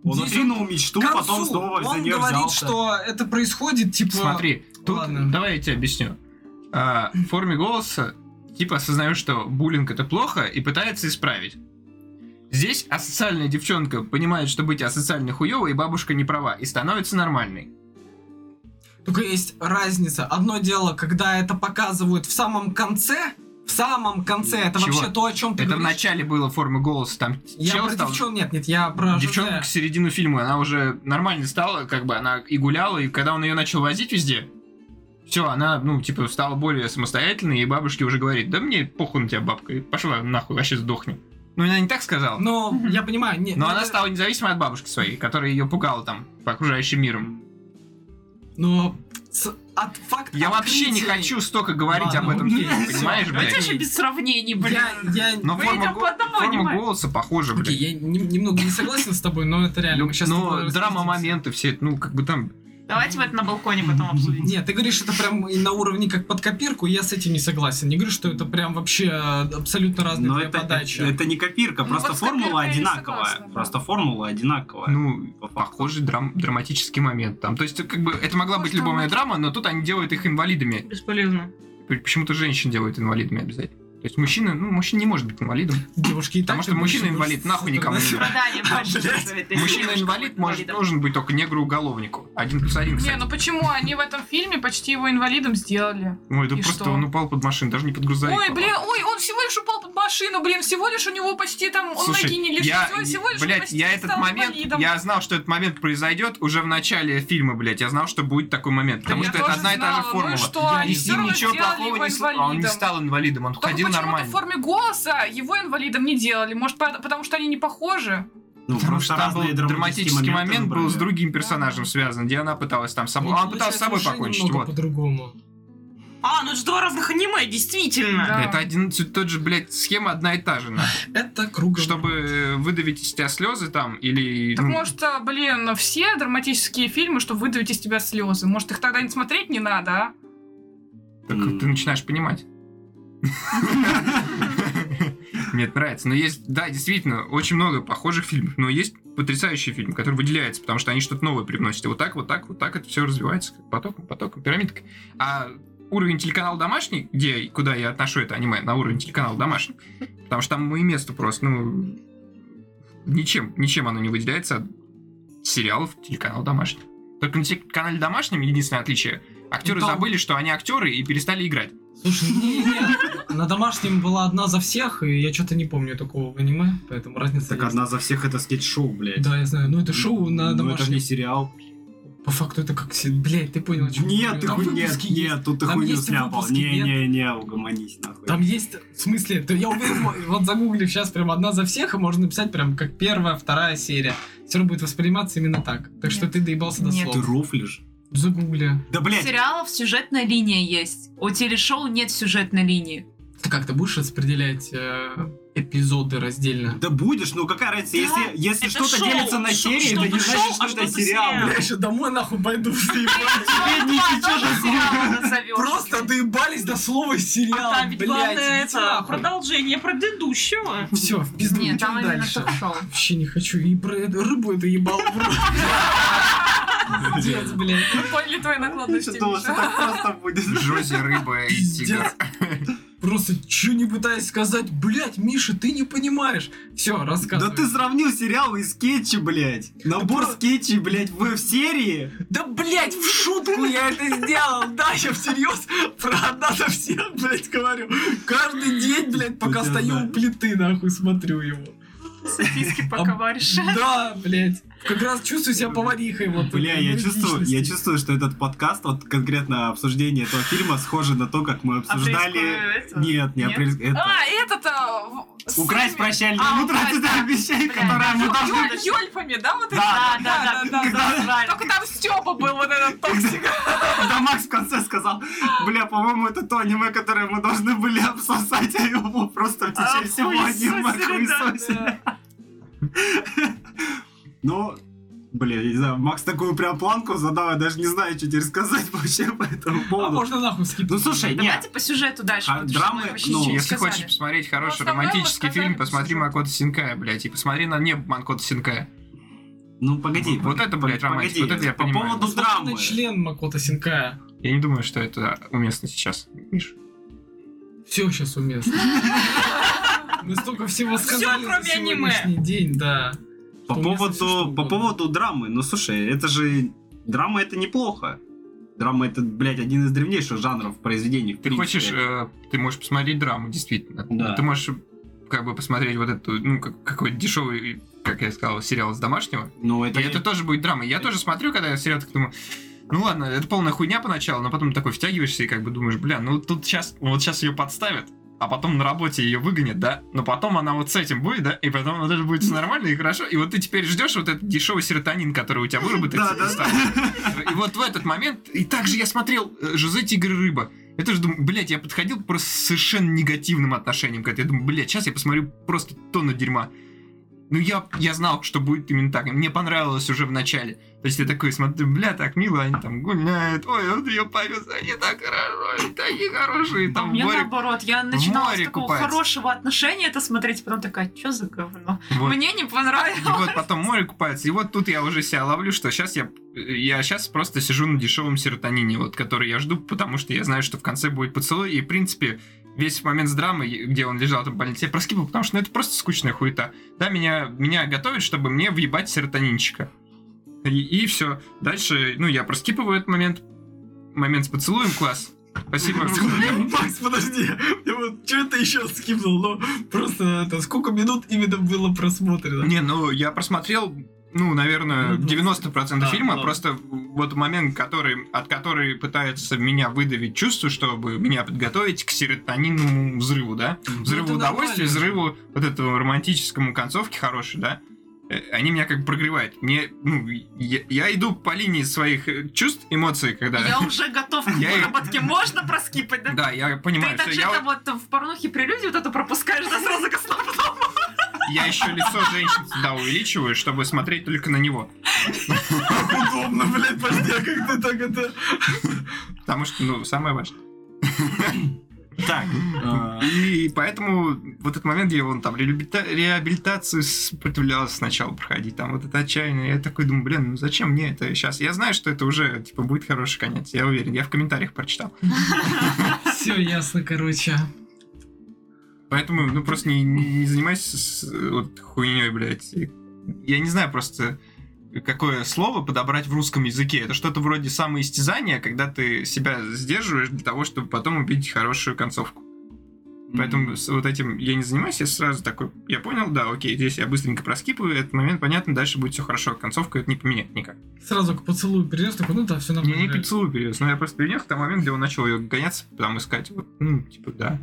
Он
Здесь
отринул мечту,
К
потом
концу
снова за
он
нее
говорит,
взялся.
что это происходит, типа...
Смотри, тут,
Ладно.
давай я тебе объясню. А, в форме голоса типа осознаю, что буллинг это плохо и пытается исправить. Здесь асоциальная девчонка понимает, что быть асоциально хуёво, и бабушка не права, и становится нормальной.
Только есть разница. Одно дело, когда это показывают в самом конце, в самом конце, это
Чего?
вообще то, о чем ты
это в
говоришь.
начале было формы голоса, там
Я
чел
про
стал-
девчон- нет, нет, я про
Девчонка
Жозе.
к середину фильма, она уже нормально стала, как бы она и гуляла, и когда он ее начал возить везде, все, она, ну, типа, стала более самостоятельной, и бабушке уже говорит, да мне похуй на тебя, бабка, и пошла нахуй, вообще сдохни. Ну, она не так сказала, но,
Но я понимаю, нет. это-
она стала независимой от бабушки своей, которая ее пугала там, по окружающим миром.
Но с- от факта
Я вообще не
открытия-
хочу столько говорить
Ладно, Ну,
об этом
окей,
фильме,
всё,
понимаешь,
Давайте
блядь?
вообще без сравнений, блин.
Я, я
Но
Мы
форма,
идем по
го-
одному,
форма
понимаешь?
голоса похожа,
Окей,
блядь. Ну,
я не- немного не согласен с тобой, но это реально. Мы сейчас с тобой
Но
разъединимся.
драма моменты все, ну, как бы там...
Давайте мы это на балконе потом обсудим.
Нет, ты говоришь, это прям и на уровне как под копирку, я с этим не согласен. Не говорю, что это прям вообще э, абсолютно разные
Но
две
это,
подачи.
это не копирка,
Ну,
просто
вот с
формула
копиркой я не
одинаковая.
согласна, да.
Просто формула одинаковая.
Ну,
по факту.
похожий драм- драматический момент там. То есть, э, как бы, это могла быть
Может,
любовная
там-
драма, но тут они делают их инвалидами.
Бесполезно.
П- Почему-то женщин делают инвалидами обязательно. То есть мужчина, ну, мужчина не может быть инвалидом.
Девушки и так...
Потому что мужчина инвалид, нахуй никому не нужен.
Страдания больше вызовет, если
Мужчина-инвалид может,
инвалидом.
нужен быть только негру-уголовнику. Один плюс один,
Не,
кстати.
ну почему они в этом фильме почти его инвалидом сделали?
Ой, да
ну, и
просто
что?
он упал под машину, даже не под грузовик.
Ой,
попал.
блин, ой, он всего лишь упал под машину, блин, всего лишь у него почти там, он
Слушай,
ноги не
я,
лишился, он всего лишь
блядь,
почти
я этот
стал
момент,
инвалидом.
я знал, что этот момент произойдет уже в начале фильма, блядь. Я знал, что будет такой момент, потому
я
что это
тоже
одна и та же
знала, ну и
формула.
что,
И
они
с
всё
ним
равно
ничего
сделали
плохого
его
не с- а Он не
инвалидом.
стал инвалидом, он
Только
ходил
почему-то
нормально.
в форме голоса его инвалидом не делали. Может, по- потому что они не похожи?
Ну,
Потому
просто
что там был
разные
драматический
моменты
момент был
выбрали.
с другим персонажем связан, где она пыталась там собой. Он пытался с собой
ну,
покончить, вот.
по-другому.
А, ну это же два разных аниме, действительно.
Да.
Да, Это один и тот же, блядь, схема одна и та же. нахуй.
Это круг.
Чтобы выдавить из тебя слезы там или...
Так
ну,
может, а, блин, все драматические фильмы, чтобы выдавить из тебя слезы. Может, их тогда не смотреть не надо, а?
Так ты начинаешь понимать. Мне это нравится. Но есть, да, действительно, очень много похожих фильмов, но есть потрясающий фильм, который выделяется, потому что они что-то новое привносят. И вот так, вот так, вот так это все развивается, как потоком, потоком, пирамидкой. А уровень телеканала «Домашний», где, куда я отношу это аниме, на уровень телеканала «Домашний», потому что там мое место просто, ну, ничем, ничем оно не выделяется от сериалов телеканала «Домашний». Только на телеканале «Домашнем» единственное отличие, актеры
Ну, там-
забыли, что они актеры и перестали играть.
Слушай, не, не, на домашнем была одна за всех, и я что-то не помню такого в аниме, поэтому разница
Так
есть.
одна за всех это скетч-шоу, блядь.
Да, я знаю, ну это шоу на
Ну это же
домашнем.
не сериал.
По факту это как... се- Блядь, ты понял, о чем я
Нет,
говорю.
ты
Там
хуйня, нет,
выпуски есть.
нет, тут ты
Там
хуйню
есть
сляпал.
выпуски, нет.
Не-не-не, угомонись нахуй.
Там есть, в смысле, да я уверен, мо- вот загуглив сейчас прям одна за всех, и можно написать прям как первая, вторая серия. Все равно будет восприниматься именно так. Так что ты доебался до
Нет.
Ты
слов.
рофлишь.
Загугли.
Да,
У
блядь,
сериалов сюжетная линия есть. У телешоу нет сюжетной линии.
Ты как, ты будешь распределять э, эпизоды раздельно?
Да будешь, ну какая разница, если, если
это
что-то
шоу.
делится на
Шо-
серии,
что-то
это не значит,
шоу,
что
а
это
что-то
сериал.
сериал.
блядь.
еще домой нахуй пойду. Просто доебались до слова сериал,
А там ведь главное
блядь.
это продолжение предыдущего.
Все, в пизду,
Нет,
идём
там именно
дальше.
ток-шоу.
Вообще не хочу, и про эту рыбу это ебал в рот. Пиздец, блядь.
Мы поняли твои наклонности,
Я думал, Ну, что
Миша.
так просто будет.
Жози, рыба и тигр.
Пиздец. Просто что не пытаясь сказать, блядь, Миша, ты не понимаешь. Все,
Да
рассказывай.
ты сравнил сериал и скетчи, блядь. Набор
про-
скетчей, блядь, в в серии.
Да, блядь, в шутку я это сделал. Да, я всерьез про одна за всех, блядь, говорю. Каждый день, блядь, пока
Я
стою
знаю.
у плиты, нахуй, смотрю его.
Сосиски пока
А,
варишь.
Да, блядь. Как раз чувствую себя поварихой. Вот,
Бля, я
такой,
чувствую, я
личности.
чувствую, что этот подкаст, вот конкретно обсуждение этого фильма, схоже на то, как мы обсуждали...
Апрельскую эту?
Нет, не
Нет?
апрельскую... это.
А, этот-то... в- с
Украсть
этими-
прощальное
А,
утро,
украсть,
это
да.
вещей,
Бля.
которые мы
Ё-
должны...
ё- Ёльфами, да, вот это?
Да, да, да, да, да, правильно.
Только там Степа был, вот этот токсик.
Когда Макс в конце сказал, бля, по-моему, это то аниме, которое мы должны были обсосать, а его просто в
А,
течение всего аниме
Обхуесосили, да,
хуесосили. Ну, бля, я не знаю, Макс такую прям планку задал, я даже не знаю, что теперь сказать вообще по этому
А
поводу.
можно нахуй скипнуть?
Ну, слушай, нет,
Давайте по сюжету дальше.
А,
потому что
драмы,
мы вообще
ну,
ничего не
Если
сказали.
хочешь посмотреть хороший
основное мы
романтический
сказали
фильм,
по
посмотри
сюжету.
Макота Синкая, блядь, и посмотри на небо Макота Синкая.
ну погоди.
Вот это, блядь, романтика,
погоди.
вот это я
По
понимаю.
поводу
Странный
драмы.
член Макота Синкая.
Я не думаю, что это уместно сейчас, Миш.
Все сейчас уместно. Мы столько всего сказали
кроме
за сегодняшний день, да.
По
Что у меня совсем что
поводу, по
угодно.
поводу драмы, ну слушай, это же... Драма это неплохо. Драма это, блядь, один из древнейших жанров произведений. в
Ты
принципе.
хочешь, э, ты можешь посмотреть драму, действительно.
Да.
Ты можешь как бы посмотреть вот эту, ну, как- какой-то дешевый, как я сказал, сериал с домашнего.
Ну это...
И это тоже будет драма. Я тоже смотрю, когда я сериал так думаю, ну ладно, это полная хуйня поначалу, но потом такой втягиваешься и как бы думаешь, бля, ну тут сейчас, вот сейчас ее подставят, а потом на работе ее выгонят, да, но потом она вот с этим будет, да, и потом вот это будет все нормально и хорошо, и вот ты теперь ждешь вот этот дешевый серотонин, который у тебя выработается.
Да, да.
и станет. И вот в этот момент, и также я смотрел э, «Жозе, тигр и рыба», я тоже думаю, блядь, я подходил просто с совершенно негативным отношением к этому. Я думаю, блядь, сейчас я посмотрю просто тонну дерьма. Ну, я, я знал, что будет именно так. И Мне понравилось уже в начале. То есть я такой смотрю, бля, так мило, они там гуляют. Ой, вот ее повез, они так хорошо, они такие хорошие.
А
Там
мне
море,
наоборот, я начинала с
море
такого
купается.
хорошего отношения это смотреть, потом такая, что за говно?
вот.
Мне не
И
понравилось.
вот потом море купается. И вот тут я уже себя ловлю, что сейчас я, я сейчас просто сижу на дешевом серотонине, вот, который я жду, потому что я знаю, что в конце будет поцелуй. И, в принципе, весь момент с драмой, где он лежал там в больнице, я проскипал, потому что ну, это просто скучная хуета. Да, меня, меня готовят, чтобы мне въебать серотонинчика. И, все. Дальше, ну, я проскипываю этот момент. Момент с поцелуем, класс. Спасибо.
Макс, подожди, я вот что-то еще скипнул, но просто это, сколько минут именно было просмотрено?
Не, ну я просмотрел, ну, наверное,
Ну,
90%
да,
фильма.
да.
Просто вот момент, который, от которой пытаются меня выдавить чувство, чтобы меня подготовить к серотонинному взрыву, да?
Ну,
Взрыву
это
удовольствия,
нормально.
взрыву вот этому романтическому концовке хорошей, да? Э, Они меня как бы прогревают. Мне, ну, я, я иду по линии своих э, чувств, эмоций, когда...
Я уже готов к
Я и-
выработке. Можно проскипать, да?
Да, я понимаю,
Ты так
что
же
я,
это вот в порнухе прелюдию вот это пропускаешь, да сразу к основному.
я еще лицо женщин всегда увеличиваю, чтобы смотреть только на него.
Удобно, блядь, подожди, а как ты так это...
Потому что, ну, самое важное.
Так. э,
И поэтому вот этот момент, где он там реабилита- реабилитацию сопротивлялся сначала проходить, там вот это отчаяние, я такой думаю, блин, ну зачем мне это сейчас? Я знаю, что это уже, типа, будет хороший конец, я уверен, я в комментариях прочитал.
Все ясно, короче.
Поэтому, ну, просто не, не занимайся с- вот хуйней, блядь. И Я не знаю, просто какое слово подобрать в русском языке. Это что-то вроде самоистязания, когда ты себя сдерживаешь для того, чтобы потом убить хорошую концовку. Поэтому с вот этим я не занимаюсь, я сразу такой, я понял, да, окей, здесь я быстренько проскипываю, этот момент понятно, дальше будет все хорошо, концовка это не поменять никак.
Сразу к поцелую перейдешь, такой, ну да, все
Не, не
нормально.
поцелуй перенес, но я просто перенес в тот момент, где он начал ее гоняться, там искать, вот, ну, типа, да.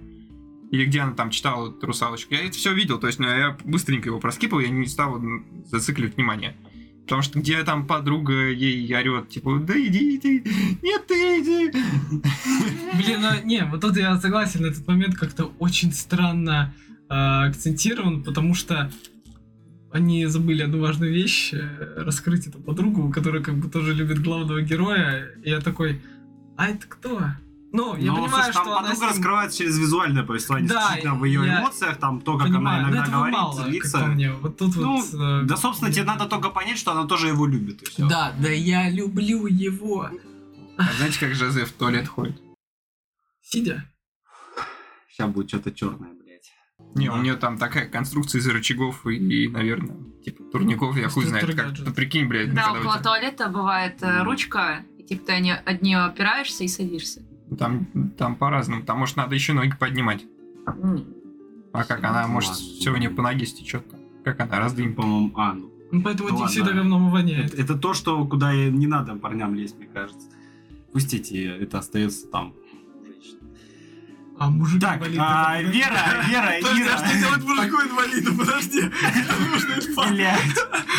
Или где она там читала эту русалочку. Я это все видел, то есть ну, я быстренько его проскипал, я не стал м, зацикливать внимание. Потому что где там подруга ей орет, типа, да иди ты, нет, ты иди.
Блин, ну не, вот тут я согласен, этот момент как-то очень странно э, акцентирован, потому что они забыли одну важную вещь, э, раскрыть эту подругу, которая как бы тоже любит главного героя, и я такой, а это кто? Ну, я
Ну,
понимаю,
слушай, там
что она с
подруга
ним-
раскрывается через визуальное повествование,
Да,
исключительно в ее
я
эмоциях, там то, как
понимаю,
она
но
иногда
этого
говорит,
Ну, мало,
злится.
как по мне. Вот тут
Ну,
вот... э,
Да, собственно, тебе надо только понять, что она тоже его любит, и все.
Да, да я люблю его.
А знаете, как Жозе в туалет ходит?
Сидя.
Сейчас будет что-то черное, блядь.
Не, у нее там такая конструкция из рычагов и, наверное, типа турников, я хуй знает
Инструктор
как.
гаджет.
Ну, прикинь, блядь,
Да,
когда у
около
тебя-
туалета бывает э, ручка, и типа ты они- от нее опираешься и садишься.
там, там по-разному, там, может, надо еще ноги поднимать. А как она,
Ну,
может,
ладно.
все у нее по ноге стечет. Как она,
Ты,
раздвинет.
по-моему, а, ну.
Ну, поэтому
Ну,
эти
ладно.
всегда говном и воняет.
Это, это то, что куда и не надо парням лезть, мне кажется. Пустите, это остается там.
А мужик
Так,
инвалид,
а,
который-
Вера, Вера,
Подожди, а что
Ира.
делать мужику инвалиду? Подожди. Это нужно инфа.
Блядь.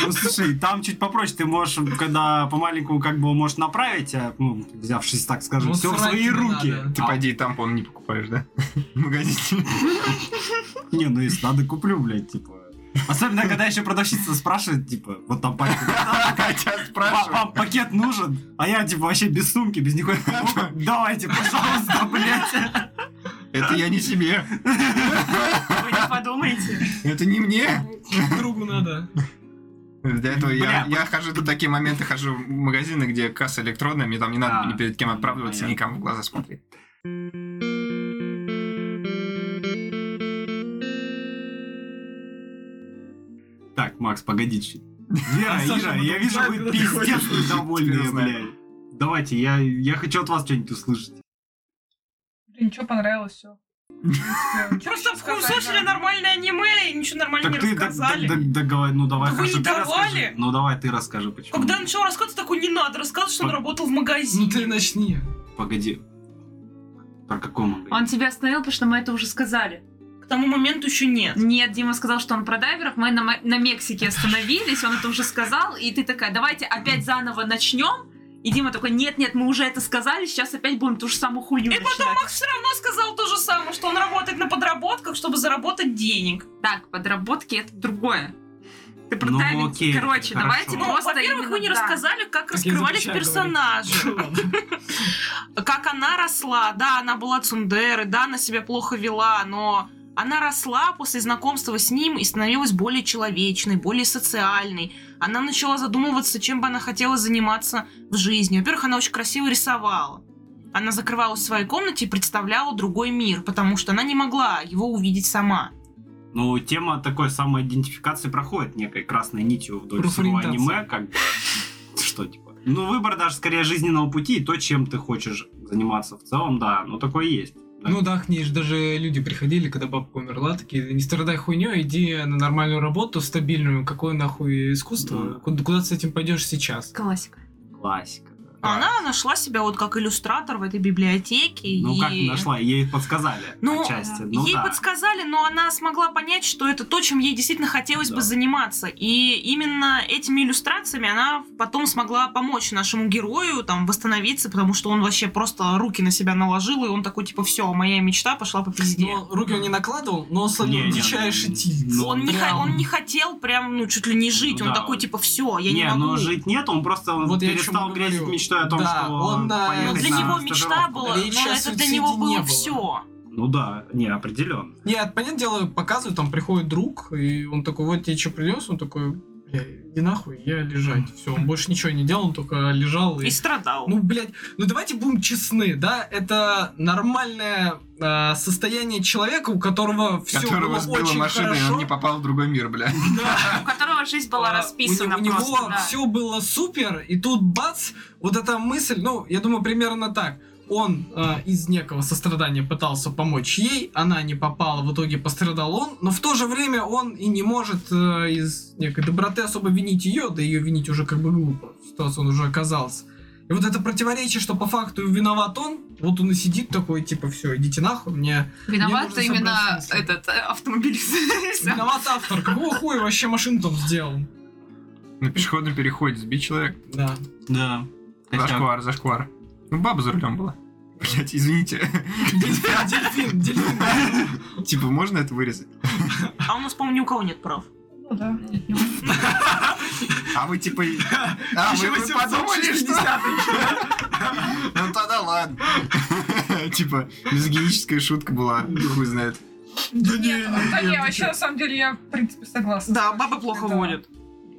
Ну слушай, там чуть попроще, ты можешь, когда по-маленькому как бы его можешь направить, а, ну, взявшись, так скажем,
Вот
все в
срать
свои
не
руки.
надо.
Ты поди тампон не покупаешь, да? В магазине.
Не, ну если надо, куплю, блядь, типа. Особенно, когда еще продавщица спрашивает, типа, вот там пачка.
Хотя
Вам,
спрашиваю.
вам пакет нужен? А я, типа, вообще без сумки, без никакой покупок. Давайте, пожалуйста, блядь.
Это я не себе.
Вы не подумайте.
Это не мне.
Другу надо.
Для этого
Бля,
я, я хожу до такие моменты, хожу в магазины, где касса электронная, мне там не надо
А,
ни перед кем оправдываться,
понятно.
никому в глаза смотреть.
Так, Макс, погоди чуть. Вера,
А Саша
Ира,
потом
я вижу,
знает,
вы
куда ты
пиздец
ходишь. Теперь
недовольные,
знаю.
блядь. Давайте, я, я хочу от вас что-нибудь услышать.
Ничего понравилось, все.
Просто услышали нормальное аниме и ничего нормального
Так
не
ты да- да-
рассказали.
да- да говори, ну давай,
Да вы
хорошо,
не
ты
давали.
расскажи. Ну давай ты расскажи, почему.
Когда начал рассказывать, такой, не надо рассказывать, что он работал в магазине.
Ну ты начни.
Погоди. Про какой магазин?
Он тебя остановил, потому что мы это уже сказали.
К тому моменту еще нет.
Нет, Дима сказал, что он про дайверов. Мы на, М- на Мексике остановились, он это уже сказал. И ты такая, давайте опять заново начнем. И Дима такой, нет-нет, мы уже это сказали, сейчас опять будем ту же самую хуйню
И потом
начинать».
Макс все равно сказал то же самое, что он работает на подработках, чтобы заработать денег.
Так, подработки это другое. Ты про
Ну,
дайвинг.
окей,
Короче,
хорошо.
давайте
Ну,
Ну,
просто...
во-первых, вы не
именно, да.
рассказали, как
я
раскрывались
запрещаю говорить.
персонажи.
Ладно.
Как она росла. Да, она была цундерой, да, она себя плохо вела, но она росла после знакомства с ним и становилась более человечной, более социальной. Она начала задумываться, чем бы она хотела заниматься в жизни. Во-первых, она очень красиво рисовала. Она закрывалась в своей комнате и представляла другой мир, потому что она не могла его увидеть сама.
Ну, тема такой самоидентификации проходит некой красной нитью вдоль всего
Профориентация.
аниме, как бы. Что, типа? Ну, выбор даже скорее жизненного пути и то, чем ты хочешь заниматься в целом, да, ну такое есть. Да.
Ну да, к ней же даже люди приходили, когда бабка умерла, такие, не страдай хуйней, иди на нормальную работу, стабильную, какое нахуй искусство,
Да.
куда, куда ты с этим пойдешь сейчас?
Классика.
Классика. да.
А Она нашла себя вот как иллюстратор в этой библиотеке.
Ну,
и...
как нашла, ей подсказали
Ну,
отчасти.
э,
Ну,
ей
да.
подсказали, но она смогла понять, что это то, чем ей действительно хотелось
Да.
бы заниматься. И именно этими иллюстрациями она потом смогла помочь нашему герою там восстановиться, потому что он вообще просто руки на себя наложил, и он такой, типа, все, моя мечта пошла по пизде.
Но руки он не накладывал, но он словил
Не, не,
дичайший
не,
тильц.
ну,
он, не
Прям.
хо- он не хотел прям, ну, чуть ли не жить.
Ну
он
да,
такой,
он-
типа, все, я не,
не,
могу.
ну жить нет, он просто
Вот я о
перестал
чём и
грезить
говорю.
мечтой о том,
Да,
что
он, э,
поехать
Но Ну, для
на
него мечта
стажировку.
была,
Да и
но
сейчас
это
суицида
для него
не
было
было.
все.
Ну да, не, определенно.
Нет, понятное дело, показывают, там приходит друг, и он такой, вот тебе что принес, он такой, бля, иди нахуй, я лежать. Все, он больше ничего не делал, он только лежал и...
И страдал.
Ну, блядь, ну давайте будем честны, да, это нормальное э, состояние человека, у которого все
Которого
было
сбила
очень
машина, и
хорошо.
он не попал в другой мир, бля.
Да.
У которого
жизнь была
а,
расписана
У, не- у него
просто, да.
все было супер, и тут бац, вот эта мысль, ну, я думаю, примерно так. Он а, из некого сострадания пытался помочь ей, она не попала, в итоге пострадал он, но в то же время он и не может а, из некой доброты особо винить ее, да ее винить уже как бы глупо, в ситуации он уже оказался. И вот это противоречие, что по факту виноват он, вот он и сидит такой, типа, все, идите нахуй, мне
Виноват
нужно
именно
собраться с мыслями.
этот э, автомобилист.
Виноват автор. Какого хуя вообще машину там сделал?
На пешеходном переходе сбить человек.
Да.
Да. Костяк.
Зашквар, зашквар. Ну, баба за рулем была. Блять, извините.
Дельфин, дельфин, дельфин.
Типа, можно это вырезать?
А у нас, по-моему, ни у кого нет прав.
Ну да.
А вы типа... А вы вы подумали, что... Ну тогда ладно. Типа, мизогиническая шутка была, хуй знает.
Да
Нет, ну, да не, вообще на самом деле я в принципе согласна.
Да, бабы плохо
Да.
водят.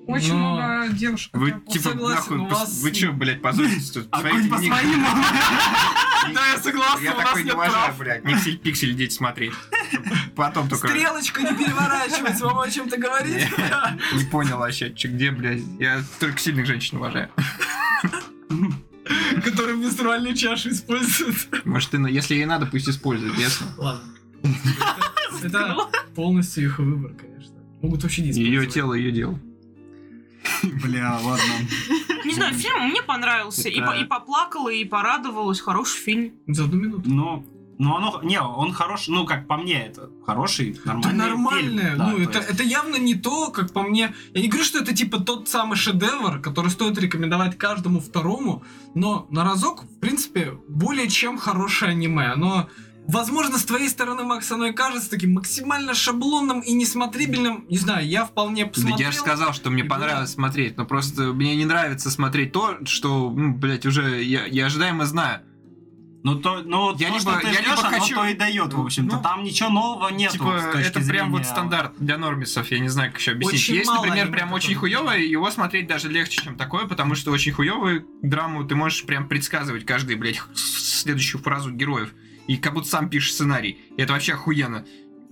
Очень
Но-
много девушек.
Ну, Вы
которые
типа
согласен,
нахуй,
у
пос-
вас-
вы чё, блядь, позоритесь тут?
А
Смотрите,
по
ник-
своим.
Да, я согласен, Я такой не уважаю, блядь. Не все пиксели дети смотреть. Потом только...
Стрелочку не переворачивать, вам о чем-то говорить.
Не понял вообще, чё, где, блядь. Я только сильных женщин уважаю.
Который менструальную чашу использует.
Может, и на- если ей надо, пусть использует, ясно?
Ладно. Это полностью их выбор, конечно. Могут вообще не
Ее
использовать.
тело, ее дело.
Бля, ладно.
Не знаю, фильм мне понравился. И,
Это-
по- и поплакала, и порадовалась. Хороший фильм.
За одну минуту.
Ну, ну оно, не, он хороший, ну как по мне это хороший,
Да
нормальный.
нормальное.
фильм, да,
ну,
то
это,
есть.
это явно не то, как по мне. Я не говорю, что это типа тот самый шедевр, который стоит рекомендовать каждому второму, но на разок, в принципе, более чем хорошее аниме. Оно, возможно, с твоей стороны, Макс, оно и кажется таким максимально шаблонным и несмотрибельным. Не знаю, я вполне
Да
посмотрел.
я же сказал, что
и
мне
было.
понравилось смотреть, но просто мне не нравится смотреть то, что, ну, блядь, уже я, я ожидаемо знаю.
Ну то, ну
Я
то,
либо-
что ты
я
ждёшь,
либо
оно
хочу-
то и дает, в общем-то.
Ну,
Там ничего нового нету.
типа,
ну, с точки
это прям вот
зрения-
стандарт для нормисов, я не знаю, как еще объяснить.
Очень
Есть,
мало
например,
аниме,
прям очень
которые-
хуевое, его смотреть даже легче, чем такое, потому что очень хуевую драму ты можешь прям предсказывать каждый, блядь, х- следующую фразу героев. И как будто сам пишешь сценарий. И это вообще охуенно.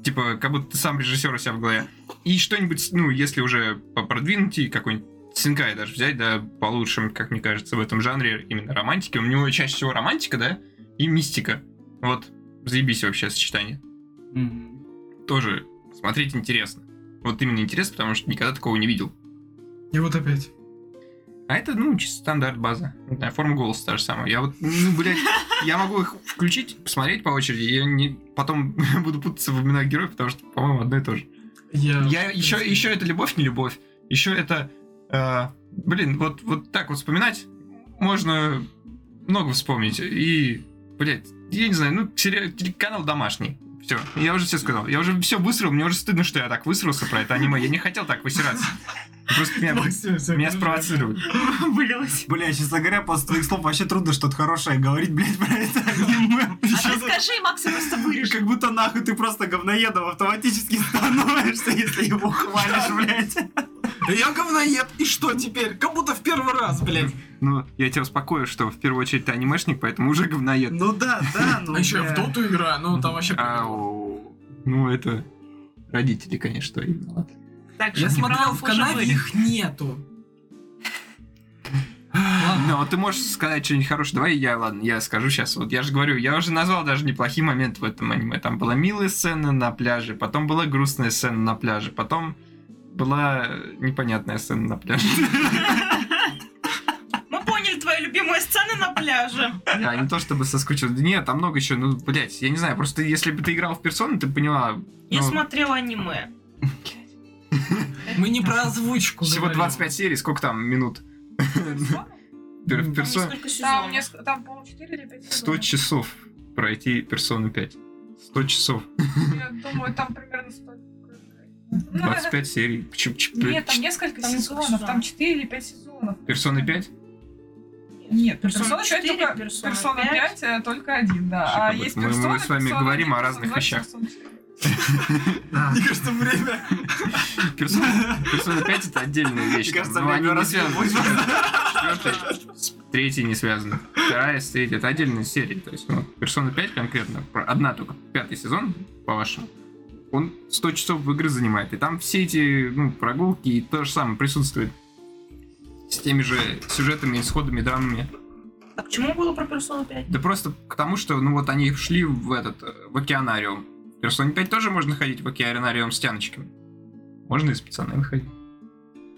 Типа, как будто ты сам режиссер у себя в голове. И что-нибудь, ну, если уже продвинуть и какой-нибудь Синкай даже взять, да, получше, как мне кажется, в этом жанре именно романтики. У него чаще всего романтика, да, и мистика. Вот, заебись вообще сочетание. Тоже смотреть интересно. Вот именно интересно, потому что никогда такого не видел.
И вот опять.
А это, ну, чисто стандарт база. Не знаю, форма голоса та же самая. Я вот, ну, блядь, я могу их включить, посмотреть по очереди, и я не... потом буду путаться в именах героев, потому что, по-моему, одно и то же.
Я,
Я еще, еще это любовь, не любовь. Еще это, э, блин, вот, вот так вот вспоминать можно много вспомнить. И, блядь, я не знаю, ну, сериал, телеканал домашний. Все, я уже все сказал. Я уже все высрал, мне уже стыдно, что я так высрался про это аниме. Я не хотел так высираться. Просто меня,
ну,
меня спровоцировали.
Вылилась.
Бля, честно говоря, после твоих слов вообще трудно что-то хорошее говорить, блядь, про это аниме.
А ты скажи, Макс, я просто вырежу.
Как будто нахуй ты просто говноедом автоматически становишься, если его хвалишь, блядь.
Да я говноед, и что теперь? Как будто в первый раз, блядь.
Ну, я тебя успокою, что в первую очередь ты анимешник, поэтому уже говноед.
Ну да, да, ну
А еще я
бля.
в доту играю, ну там вообще...
А, Ау. Ну, это родители, конечно, именно.
Так
Я
что
смотрел
Урал
в
уже
канале,
вырежу.
их нету. Ладно.
Ну, вот ты можешь сказать что-нибудь хорошее. Давай я, ладно, я скажу сейчас. Вот я же говорю, я уже назвал даже неплохие моменты в этом аниме. Там была милая сцена на пляже, потом была грустная сцена на пляже, потом была э, непонятная сцена на пляже.
Мы поняли твои любимые сцены на пляже.
Я не то чтобы соскучился. Да Нет, там много чего. Ну, блядь, я не знаю, просто если бы ты играл в персону, ты поняла.
Я
ну,
смотрела аниме.
Мы не про озвучку
Всего
говорим.
25 серий, сколько там минут? Пер-
Ну,
в персон-
Там
Несколько
Там,
сезонов.
несколько, там, по-моему, 4 или 5
100 часов пройти персону 5. 100 часов.
Я думаю, там примерно 100.
25 серий. Чу- чу-
Нет, там несколько
Там несколько
сезонов, там
сезонов.
4 или 5 сезонов.
Персоны 5?
Нет,
Persona
персона 5
4,
только,
Persona
персона
5.
5 э, только один, да.
Шикарно.
А есть
Мы- мы
персона,
с вами
Persona
говорим
1,
о разных
Persona 2,
вещах.
Persona 4.
Мне кажется, время.
Персона, персона 5 это отдельная вещь.
Мне
там,
кажется,
но
время
Ну, они не
разве
связаны. Четвертая с третьей не связана. Вторая с третьей. Это отдельная серия. То есть, ну, персона 5 конкретно. про- Одна только. Пятый сезон, по-вашему. он 100 часов в игры занимает. И там все эти ну, прогулки и то же самое присутствует. С теми же сюжетами, исходами, драмами.
А к чему было про персону 5?
Да просто к тому, что ну вот они шли в этот, э, в океанариум. В Персоне 5 тоже можно ходить в океанариум с тяночками. Можно и с пацанами ходить.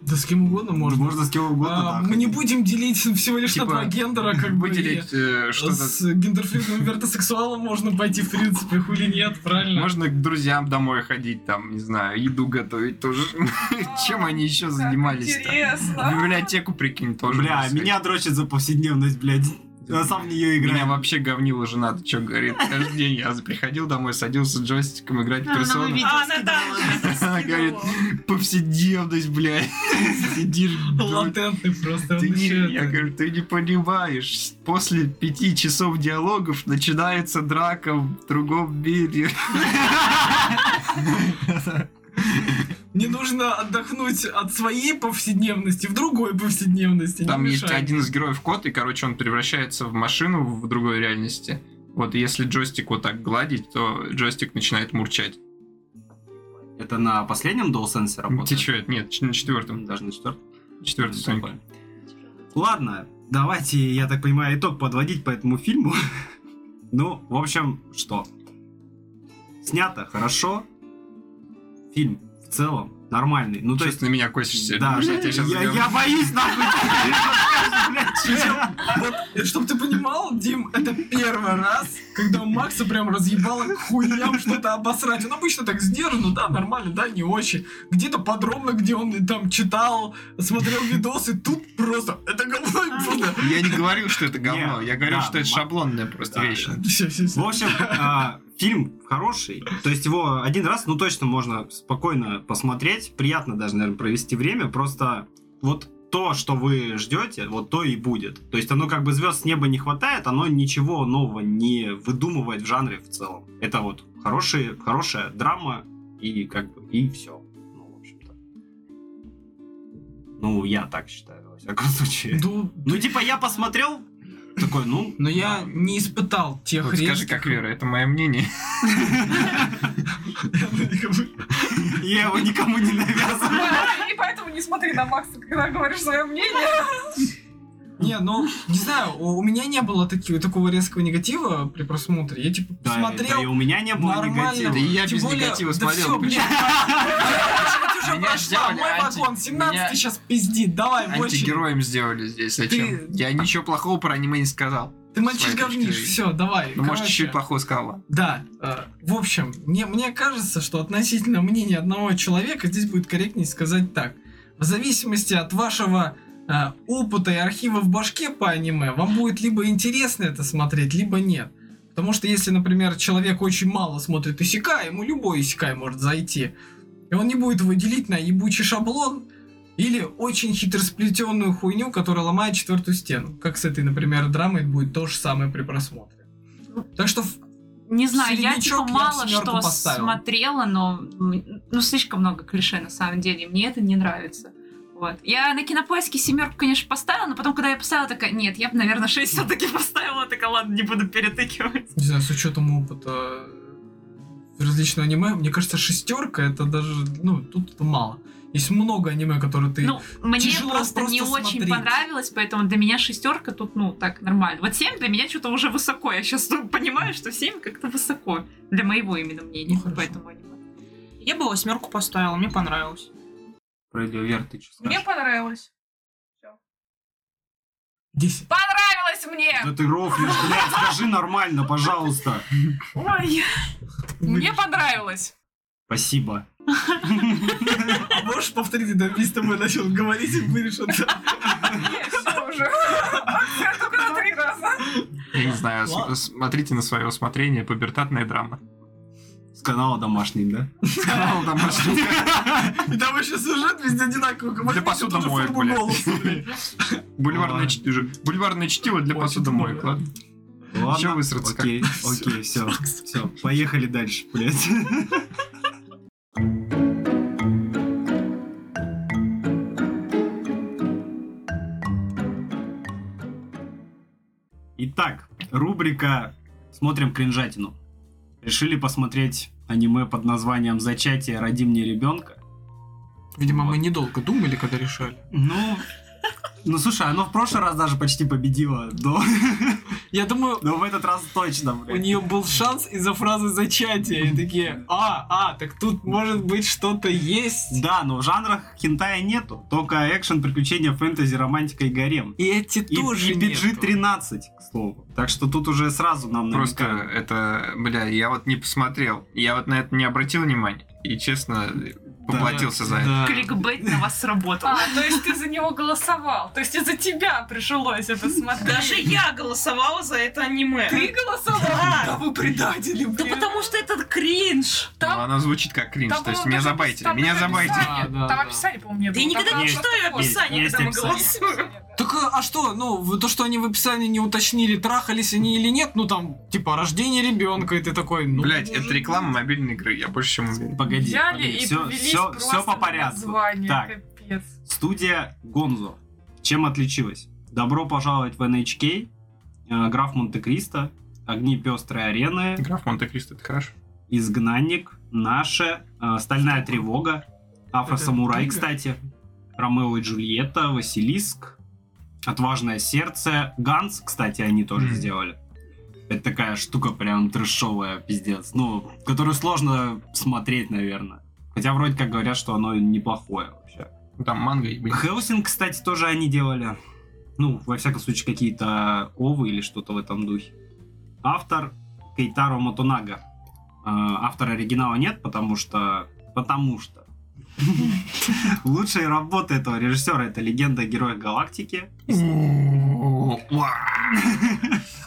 Да с кем угодно можно.
Можно с кем угодно.
А,
да,
мы не
хоть-
будем делить всего лишь
Типа,
на два гендера, как бы. и
Выделить э, что-то.
С гендерфридным вертосексуалом можно пойти, в принципе, хули нет, правильно?
Можно к друзьям домой ходить, там, не знаю, еду готовить тоже. Чем они еще
А, Как
занимались?
Интересно.
В библиотеку, прикинь, тоже.
Бля,
можно
меня дрочит за повседневность, блядь. Я сам в нее играю.
Меня вообще говнила жена, ты чё, говорит, каждый день я приходил домой, садился с джойстиком играть в персону.
А, она да.
Она говорит, повседневность, блядь, сидишь, дрочишь.
Латентный просто.
ты
он
не,
ещё
я
это-
говорю, ты не понимаешь, после пяти часов диалогов начинается драка в другом мире.
Не нужно отдохнуть от своей повседневности в другой повседневности. не
Там есть
мешает.
один из героев кот, и, короче, он превращается в машину в другой реальности. Вот и если джойстик вот так гладить, то джойстик начинает мурчать.
Это на последнем DualSense работает?
Ты чё, Ну, нет, ч- на четвертом.
Даже на четвертом.
Четвертый Соник.
Такое. Ладно, давайте, я так понимаю, итог подводить по этому фильму. Ну, в общем, что? Снято хорошо. Фильм в целом нормальный. Ну,
Ну,
то
то
есть...
на меня косишься.
Да,
потому что я тебя сейчас
я, я боюсь, нахуй, тебе расскажешь, блядь, чё?
И Чтоб ты понимал, Дим, это первый раз, когда Макса прям разъебало к хуям что-то обосрать. Он обычно так сдержан, да, нормально, да, не очень. Где-то подробно, где он там читал, смотрел видосы, тут просто это говно и пуда.
Я не говорил, что это говно.
Не,
Я говорил,
да,
что это
ма-
шаблонная просто
Да,
вещь.
Все, все,
В
все.
общем, а, фильм хороший. То есть его один раз, ну точно можно спокойно посмотреть. Приятно даже, наверное, провести время. Просто вот то, что вы ждете, вот то и будет. То есть оно как бы звезд с неба не хватает, оно ничего нового не выдумывает в жанре в целом. Это вот хорошие, хорошая драма и как бы и все. Ну, в общем-то. Ну, я так считаю, во всяком случае. Ну, типа, я посмотрел, такой, ну...
Но я не испытал тех
Вот скажи, как Вера, это мое мнение.
Я его никому не навязываю.
И поэтому не смотри на Макса, когда говоришь свое мнение.
Не, ну, не знаю, у у меня не было таки- такого резкого негатива при просмотре. Я типа
Да,
посмотрел,
да и у меня не было
Нормально.
негатива.
Да и я
Тем
без
более-
негатива
да
смотрел.
всё,
почему?
блин. Блядь, уже
Меня
прошла,
сделали
мой
анти-
вагон, 17
меня-
сейчас пиздит, давай, больше.
Антигероем сделали здесь. Зачем?
Ты-
Я ничего плохого про аниме не сказал.
Ты мальчик
С моей точки
говнишь,
зрения.
все, давай.
Ну, может,
короче.
чуть-чуть плохого сказала.
Да, э, в общем, мне, мне кажется, что относительно мнения одного человека здесь будет корректнее сказать так. В зависимости от вашего э, опыта и архива в башке по аниме, вам будет либо интересно это смотреть, либо нет. Потому что если, например, человек очень мало смотрит Исика, ему любой Исикай может зайти. И он не будет его делить на ебучий шаблон или очень хитросплетенную хуйню, которая ломает четвертую стену. Как с этой, например, драмой будет то же самое при просмотре. Так что в-
Не знаю, я
Середнячок
типа
я бы
мало
семерку
что
поставил.
смотрела, но м, ну слишком много клише на самом деле, и мне это не нравится. Вот. Я на кинопоиске семерку, конечно, поставила, но потом, когда я поставила, такая, нет, я бы, наверное, шесть все-таки поставила, такая, ладно, не буду перетыкивать.
не знаю, с учетом опыта э, различного аниме, мне кажется, шестерка это даже, ну, тут это мало. Есть много аниме, которые ты...
Ну, мне
тяжело
просто не
просто
очень
смотреть.
понравилось, поэтому для меня шестерка тут, ну, так, нормально. Вот семь для меня что-то уже высоко. Я сейчас понимаю, что семь как-то высоко. Для моего именно мнения.
Ну, хорошо.
поэтому аниме.
Я бы восьмерку поставила, мне понравилось.
Пройдет, Вер, ты чё
Мне
скажешь?
понравилось.
Десять.
Понравилось мне!
Да ты рофлишь, блядь, скажи нормально, пожалуйста.
Ой,
Мне понравилось.
Спасибо.
А можешь повторить, да, весь с тобой начал говорить и вырежу. да.
Нет, все уже. Я только на три раза.
Я не знаю, с-
Ладно.
смотрите на свое усмотрение, пубертатная драма.
С канала домашний, да?
С канала домашнего.
И там еще сюжет везде одинаковый. Как
Для
возьмите ту же
посудомоек,
форму
блядь.
голоса, блядь.
Бульварное
Ладно.
чтиво. Бульварное чтиво для
Очень
посудомоек,
много.
ладно?
Ладно,
Чё высраться как?
окей, окей, все, все, поехали дальше, блядь. Итак, рубрика «Смотрим кринжатину». Решили посмотреть аниме под названием «Зачатие. Роди мне ребенка».
Видимо, мы недолго думали, когда решали.
Ну, ну слушай, оно в прошлый раз даже почти победило, но,
Я думаю,
но в этот раз точно,
у
блядь.
нее был шанс из-за фразы зачатия. И такие, а, а, так тут может быть что-то есть.
Да, но в жанрах хентая нету, только экшен, приключения, фэнтези, романтика и гарем.
И эти
И,
тоже
и
нету.
PG-13, к слову. Так что тут уже сразу нам
Просто
намекают.
это, бля, я вот не посмотрел. Я вот на это не обратил внимания. И честно, поплатился за это.
Да.
Кликбейт на вас сработал.
А, то есть ты за него голосовал. То есть из-за тебя пришлось это смотреть.
Даже я голосовала за это аниме.
Ты голосовал?
Да.
вы предатели,
Да потому что это кринж.
Но
Там,
она звучит как кринж.
там
То есть
было
меня
даже-
забайтили.
там
Меня
даже
забайтили.
описание-
А, Да, да,
Там
да.
описание, по-моему, не было.
Да я никогда
Там
не читаю
такое
описание,
есть
когда мы
описание.
голосуем.
описание, да.
Так э, а что, ну, в- то, что они в описании не уточнили, трахались они или нет, ну там, типа, рождение ребенка, и ты такой, ну...
Блять,
может
это реклама мобильной игры. Я больше чем уверен.
Погоди,
э, Взяли
погоди,
и
все,
повелись
все, все
просто
по
на
порядку.
название,
Так.
Капец.
Студия Гонзо. Чем отличилась? Добро пожаловать в NHK, э, Граф Монте-Кристо, Огни пестрой арены,
Граф Монте-Кристо, это хорошо.
Изгнанник, Наше, э, Стальная тревога, Афросамурай,
Это книга?
кстати, Ромео и Джульетта, Василиск, Отважное сердце, Ганс, кстати, они тоже
Мгм.
сделали. Это такая штука прям трешовая, пиздец. Ну, которую сложно смотреть, наверное. Хотя вроде как говорят, что оно неплохое вообще.
Ну, Там манго и блин.
Хелсинг, кстати, тоже они делали. Ну, во всяком случае, какие-то овы или что-то в этом духе. Автор Кейтаро Мотунага. А, Автора оригинала нет, потому что... Потому что. Лучшая работа этого режиссера это легенда о героях галактики.
Уа.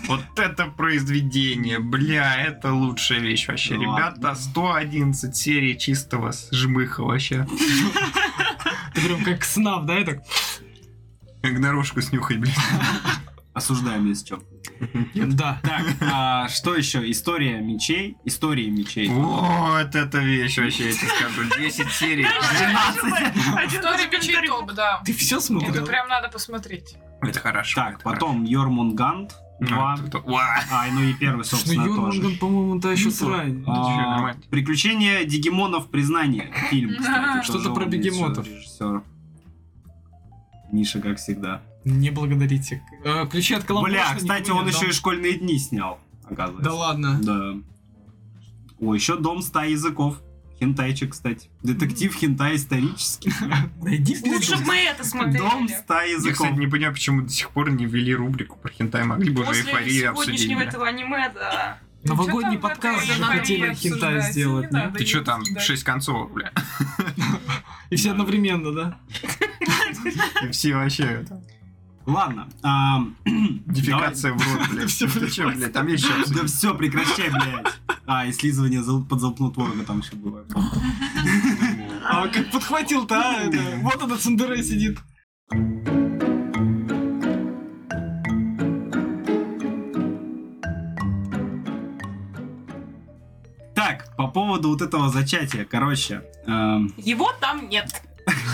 Вот это произведение, бля, это лучшая вещь
Ну,
вообще.
Да
Ребята, 111 серий чистого жмыха вообще.
Ты прям как снав, да, и так...
Как дорожку снюхать, блядь.
Осуждаем, если чё.
Да.
Так, а, что еще? История мечей. Истории мечей.
Вот это вещь вообще, я тебе скажу. 10 серий.
История печей топ, да.
Ты все смотрел?
Это прям надо посмотреть.
Это хорошо.
Так,
это
потом Йормунгант.
хорошо.
Два.
Ну, это- Уа.
А, ну и первый,
Слушай,
собственно,
ну,
тоже.
Юрманган, по-моему, да, еще
Ну,
срань.
да.
А,
чё, нормально.
Приключения дигимонов признание. Фильм, кстати,
Что-то
тоже
про
он есть,
бегемотов.
режиссёр. Миша, как всегда.
Не благодарите. Э, Ключи от колокола.
Бля, кстати, он еще и школьные дни снял, оказывается.
Да ладно.
Да. О, еще дом ста языков. Хентайчик, кстати. Детектив хентай исторический.
Найди
Лучше бы
в
мы это смотрели.
Дом ста
Я,
языков.
кстати, не понимаю, почему до сих пор не ввели рубрику про хентай. Могли бы уже
После
эйфорию обсудить.
сегодняшнего
бля.
этого аниме, да.
Новогодний
Чё там
подкаст
такое
же
говорить,
хотели
обсуждать?
хентай
Не
сделать,
надо
да?
Ты чё там,
обсуждать.
6 концов, бля.
И все одновременно, да?
И все вообще это,
Ладно. а, ам,
Дефикация в рот, блядь. Ну
Всё,
Ты чё, блядь, там есть ещё
давай- Да
обсудить.
все, прекращай, блядь. А, и слизывание зал- под залпнотворога там еще было.
А как подхватил-то, а? это? Вот этот Сандерей сидит.
Так, по поводу вот этого зачатия, короче. эм,
Его там нет.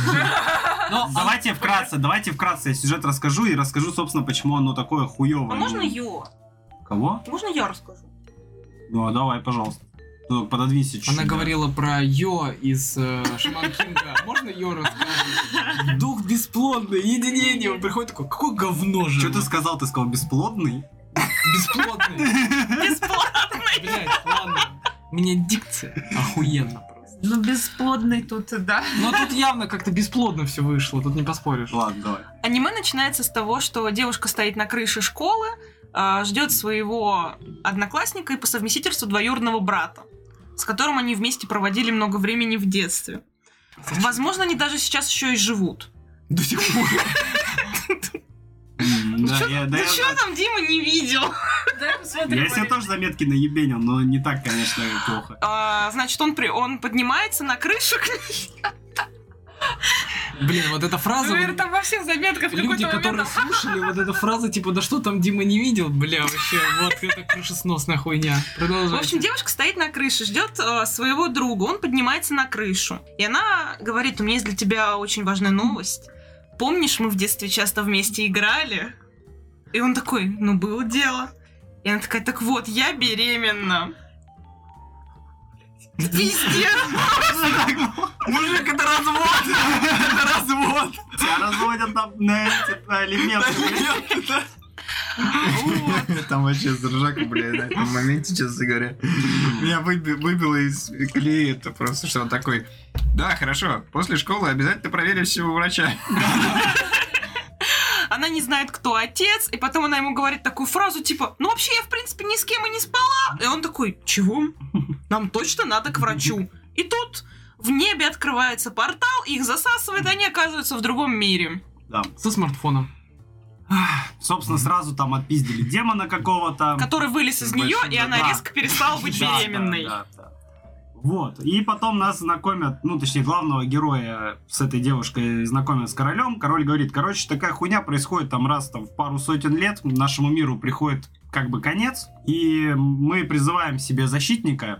а
Но
Давайте вкратце, давайте вкратце я сюжет расскажу и расскажу, собственно, почему оно такое
А
хуевое.
можно ее?
Кого?
Можно я расскажу?
Ну, а давай, пожалуйста. Ну, пододвинься чуть-чуть.
Она говорила про Йо из э, Шаман Кинга. Можно Йо рассказать? Дух бесплодный, единение. Он приходит такой, какое говно же.
Что ты сказал? Ты сказал бесплодный?
Бесплодный. Блять, ладно. У меня дикция охуенно просто.
Ну, бесплодный тут, да.
Но тут явно как-то бесплодно все вышло, тут не поспоришь.
Ладно, давай.
Аниме начинается с того, что девушка стоит на крыше школы, а, ждет своего одноклассника и по совместительству двоюродного брата, с которым они вместе проводили много времени в детстве. Возможно, они даже сейчас еще и живут.
До сих пор.
М, Да,
Ну чё-
я, да
Да
я-
что там Дима не видел?
Дай посмотрим.
я себе тоже заметки наебенил, но не так, конечно, и плохо.
А, Значит, он, при... он поднимается на крышу к ней.
Блин, вот эта фраза...
Наверное,
вот-
там во всех заметках в
Люди,
какой-то
которые
момент...
слушали вот эта фраза, типа, да что там Дима не видел, бля, вообще, вот это крышесносная хуйня.
В
Продолжай.
общем, девушка стоит на крыше, ждет э, своего друга. Он поднимается на крышу. И она говорит, у меня есть для тебя очень важная новость. Помнишь, мы в детстве часто вместе играли? И он такой, ну было дело. И она такая, так вот, я беременна.
Мужик, это развод! Это развод!
Тебя разводят на, на эти на элементы.
Там вообще с ржака, бля, на этом моменте, честно говоря. Меня выби- выбило из колеи это просто, что он такой, да, хорошо, после школы обязательно проверишься у врача.
Она не знает, кто отец, и потом она ему говорит такую фразу, типа, ну вообще я, в принципе, ни с кем и не спала. И он такой, чего? Нам точно надо к врачу. И тут в небе открывается портал, их засасывает, они оказываются в другом мире.
Со смартфоном.
Собственно, сразу там отпиздили демона какого-то.
Который вылез из нее, и
Большим,
она
да.
резко перестала быть
Да, да,
беременной.
да, да. Вот. И потом нас знакомят, ну, точнее, главного героя с этой девушкой знакомят с королем. Король говорит, короче, такая хуйня происходит там раз там в пару сотен лет. Нашему миру приходит как бы конец. И мы призываем себе защитника.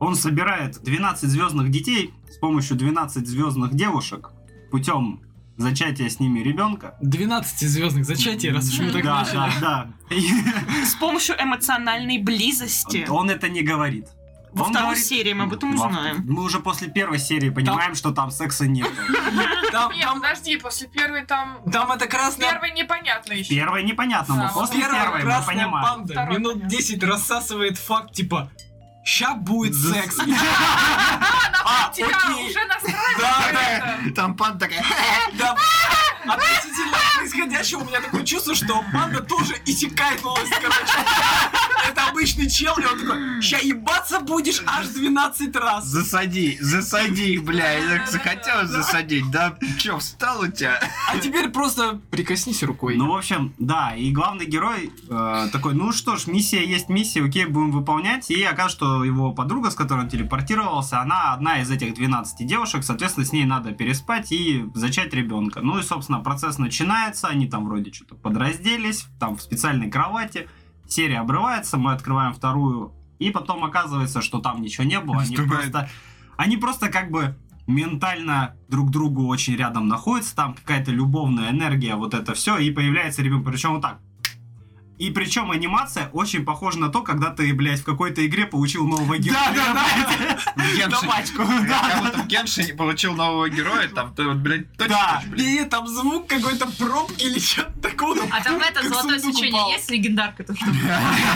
Он собирает 12 звездных детей с помощью 12 звездных девушек путем зачатия с ними ребенка.
12 звездных зачатий, раз уж мы так
да, да,
начали.
да. И
С помощью эмоциональной близости.
Он это не говорит.
Во
Он
второй
говорит-
серии мы об этом
Во-
узнаем.
Мы уже после первой серии понимаем, что там секса нет.
Там,
Нет,
там,
подожди, после первой там...
там это красная
Первой непонятно еще.
Первое непонятно,
Да,
но после
Первая
первой мы
красная
понимаем.
панда
Второй,
минут
понятно.
10 рассасывает факт, типа, ща будет секс.
Она
А,
прям тебя
окей.
уже настраивает.
Да,
это.
Э, Там пан такая,
да. Относительно происходящего у меня такое чувство, что панда тоже иссякает новость, короче. Это обычный чел, и он такой, ща ебаться будешь аж 12 раз.
засади, засади, бля, я так захотелось засадить, да? Чё, встал у тебя?
А теперь просто прикоснись рукой.
Ну, в общем, да, и главный герой э, такой, ну что ж, миссия есть миссия, окей, будем выполнять. И оказывается, что его подруга, с которой он телепортировался, она одна из этих 12 девушек, соответственно, с ней надо переспать и зачать ребенка. Ну и, собственно, процесс начинается, они там вроде что-то подразделись, там в специальной кровати, серия обрывается, мы открываем вторую, и потом оказывается, что там ничего не было, они
Наступает.
просто, они просто как бы ментально друг другу очень рядом находятся, там какая-то любовная энергия, вот это все, и появляется ребенок, причем вот так. И причем анимация очень похожа на то, когда ты, блядь, в какой-то игре получил нового героя.
да, да. В Геншине.
Собачку.
Я вот в Геншине получил нового героя, там, ты вот, блядь,
Да.
точно, блядь.
И там звук какой-то пробки или что-то такого.
А там это
Как
золотое
сундук
свечение
упал.
есть легендарка? то, что-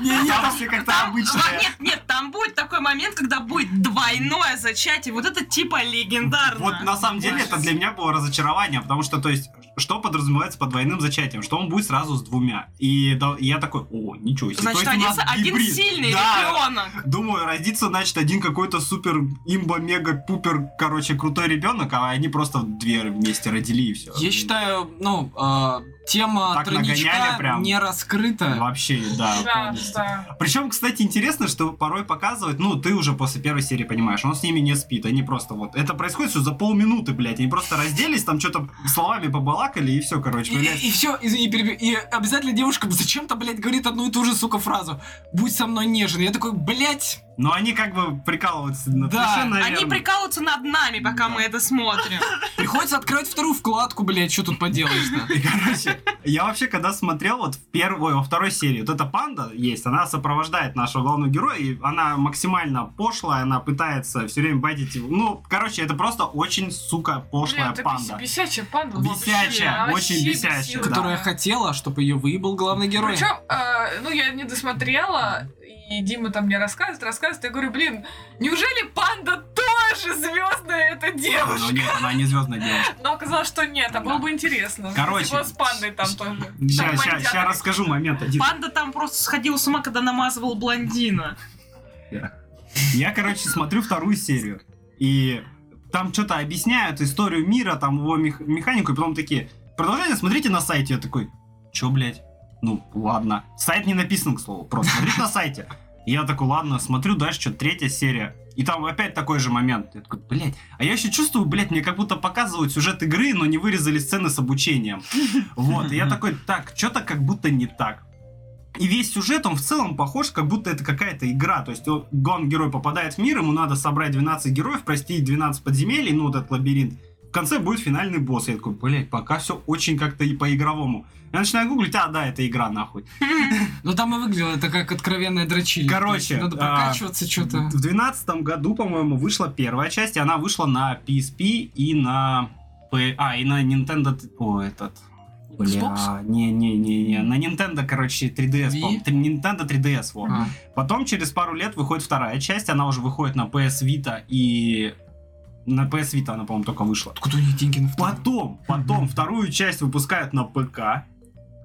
Не, не, там все как-то обычно.
А, нет, нет, там будет такой момент, когда будет двойное зачатие. Вот это типа легендарно.
Вот на самом деле это для меня было разочарование, потому что, то есть, что подразумевается под двойным зачатием? Что он будет сразу с двумя. И да- и я такой, о, ничего себе.
Значит,
то есть у нас
родится один
гибрид.
сильный
Да,
ребенок.
Думаю, родится, значит, один какой-то супер имба мега пупер, короче, крутой ребенок, а они просто две вместе родили и все.
Я считаю, ну, а, тема
Так
тройничка
нагоняли прям.
не раскрыта.
Ну, Вообще, да.
Да,
полностью.
да.
Причем, кстати, интересно, что порой показывают, ну, ты уже после первой серии понимаешь, он с ними не спит, они просто вот... Это происходит все за полминуты, блядь, они просто разделись, там что-то словами побалакали, и все, короче,
И,
блядь.
и, все, и, и перебью. И обязательно девушка зачем-то, блядь, говорит одну и ту же, сука, фразу. Будь со мной нежен. Я такой, блядь,
Но они как бы прикалываются над
Да,
совершенно
Они
верно.
прикалываются над нами, пока мы это смотрим.
приходится открывать вторую вкладку, блядь, что тут поделаешь-то?
И, короче, я вообще, когда смотрел вот в первой, во второй серии, вот эта панда есть, она сопровождает нашего главного героя, и она максимально пошлая, она пытается все время байтить его. Ну, короче, это просто очень, сука, пошлая
Блин, ты
панда.
бесячая панда.
Бесячая,
вообще,
очень
вообще
бесячая,
бесила.
да.
Которая хотела, чтобы ее выебал главный герой.
Причем, ну, я не досмотрела, и Дима там мне рассказывает, рассказывает, я говорю, блин, неужели панда тоже звездная эта
Но
девушка?
нет, она Ну, не звездная девушка.
Но оказалось, что нет, а было
Да.
бы интересно.
Короче.
Если бы с пандой там тоже.
Сейчас,
Нормально.
расскажу момент один.
Панда там просто сходила с ума, когда намазывал блондина.
Я, короче, смотрю вторую серию. И там что-то объясняют историю мира, там его мех- механику, и потом такие, продолжение смотрите на сайте. Я такой, чё, блядь? Ну, ладно. Сайт не написан, к слову, просто смотрите на сайте. И Я такой, ладно, смотрю дальше, что третья серия. И там опять такой же момент. Я такой, блядь. А я еще чувствую, блядь, мне как будто показывают сюжет игры, но не вырезали сцены с обучением. Вот, и я такой, так, что-то как будто не так. И весь сюжет, он в целом похож, как будто это какая-то игра. То есть он, главный герой попадает в мир, ему надо собрать 12 героев, простить 12 подземелий, ну вот этот лабиринт. В конце будет финальный босс. Я такой, блядь, пока все очень как-то и по-игровому. Я начинаю гуглить, а, да, это игра, нахуй.
Ну там и выглядело это как откровенная дрочильня.
Короче,
То есть Надо
а,
прокачиваться что-то.
В двенадцатом году, по-моему, вышла первая часть, и она вышла на PSP и на... P- А, и на Nintendo... т- О, этот... Бля, не-не-не, на Nintendo, короче, 3DS,
Wii?
по-моему. Три- Nintendo 3DS, вот.
А.
Потом через пару лет выходит вторая часть, она уже выходит на PS Vita и... На PS Vita она, по-моему, только вышла.
Откуда у них деньги на вторую?
Потом, потом вторую часть выпускают на ПК.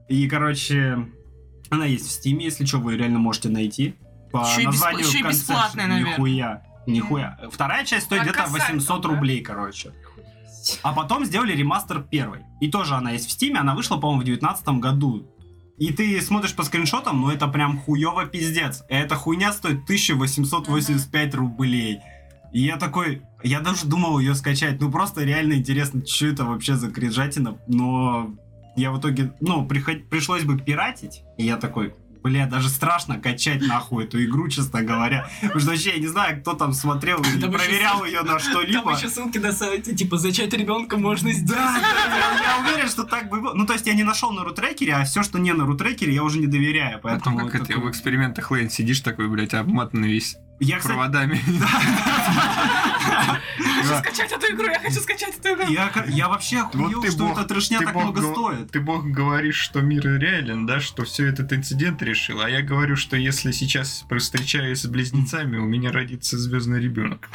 И, короче, она есть в Стиме, если что, вы реально можете найти. По
Ещё и беспла-
названию
ещё и
Conception.
бесплатная, наверное.
Нихуя. Нихуя. Вторая часть стоит
А
где-то
касается,
800
да?
рублей, короче. А потом сделали ремастер первой. И тоже она есть в Стиме, она вышла, по-моему, в 2019 году. И ты смотришь по скриншотам, ну это прям хуёво пиздец. Эта хуйня стоит 1885 рублей. И я такой, я даже думал ее скачать, ну просто реально интересно, что это вообще за кринжатина, но я в итоге, ну, приход- пришлось бы пиратить, и я такой, бля, даже страшно качать нахуй эту игру, честно говоря, потому что вообще я не знаю, кто там смотрел или
Там ещё
проверял
ссыл-
ее на
Там
что-либо.
еще ссылки на сайте, типа, зачать ребенка можно
Да,
сделать.
да, я уверен, что так бы было. Ну, то есть я не нашел на рутрекере, а все, что не на рутрекере, я уже не доверяю,
Потом
поэтому...
Ну, как
это
это
такой-
в экспериментах Лейн сидишь такой, блядь, обмотанный весь
Я, кстати,
проводами.
хочу
Да.
скачать эту игру, я хочу скачать эту игру.
я, я вообще охуел,
Вот ты
что
бог,
эта трешня
ты
так
бог
много
гов-
стоит.
Ты бог говоришь, что мир реален, да, что все этот инцидент решил, а я говорю, что если сейчас встречаюсь с близнецами, у меня родится звездный ребенок.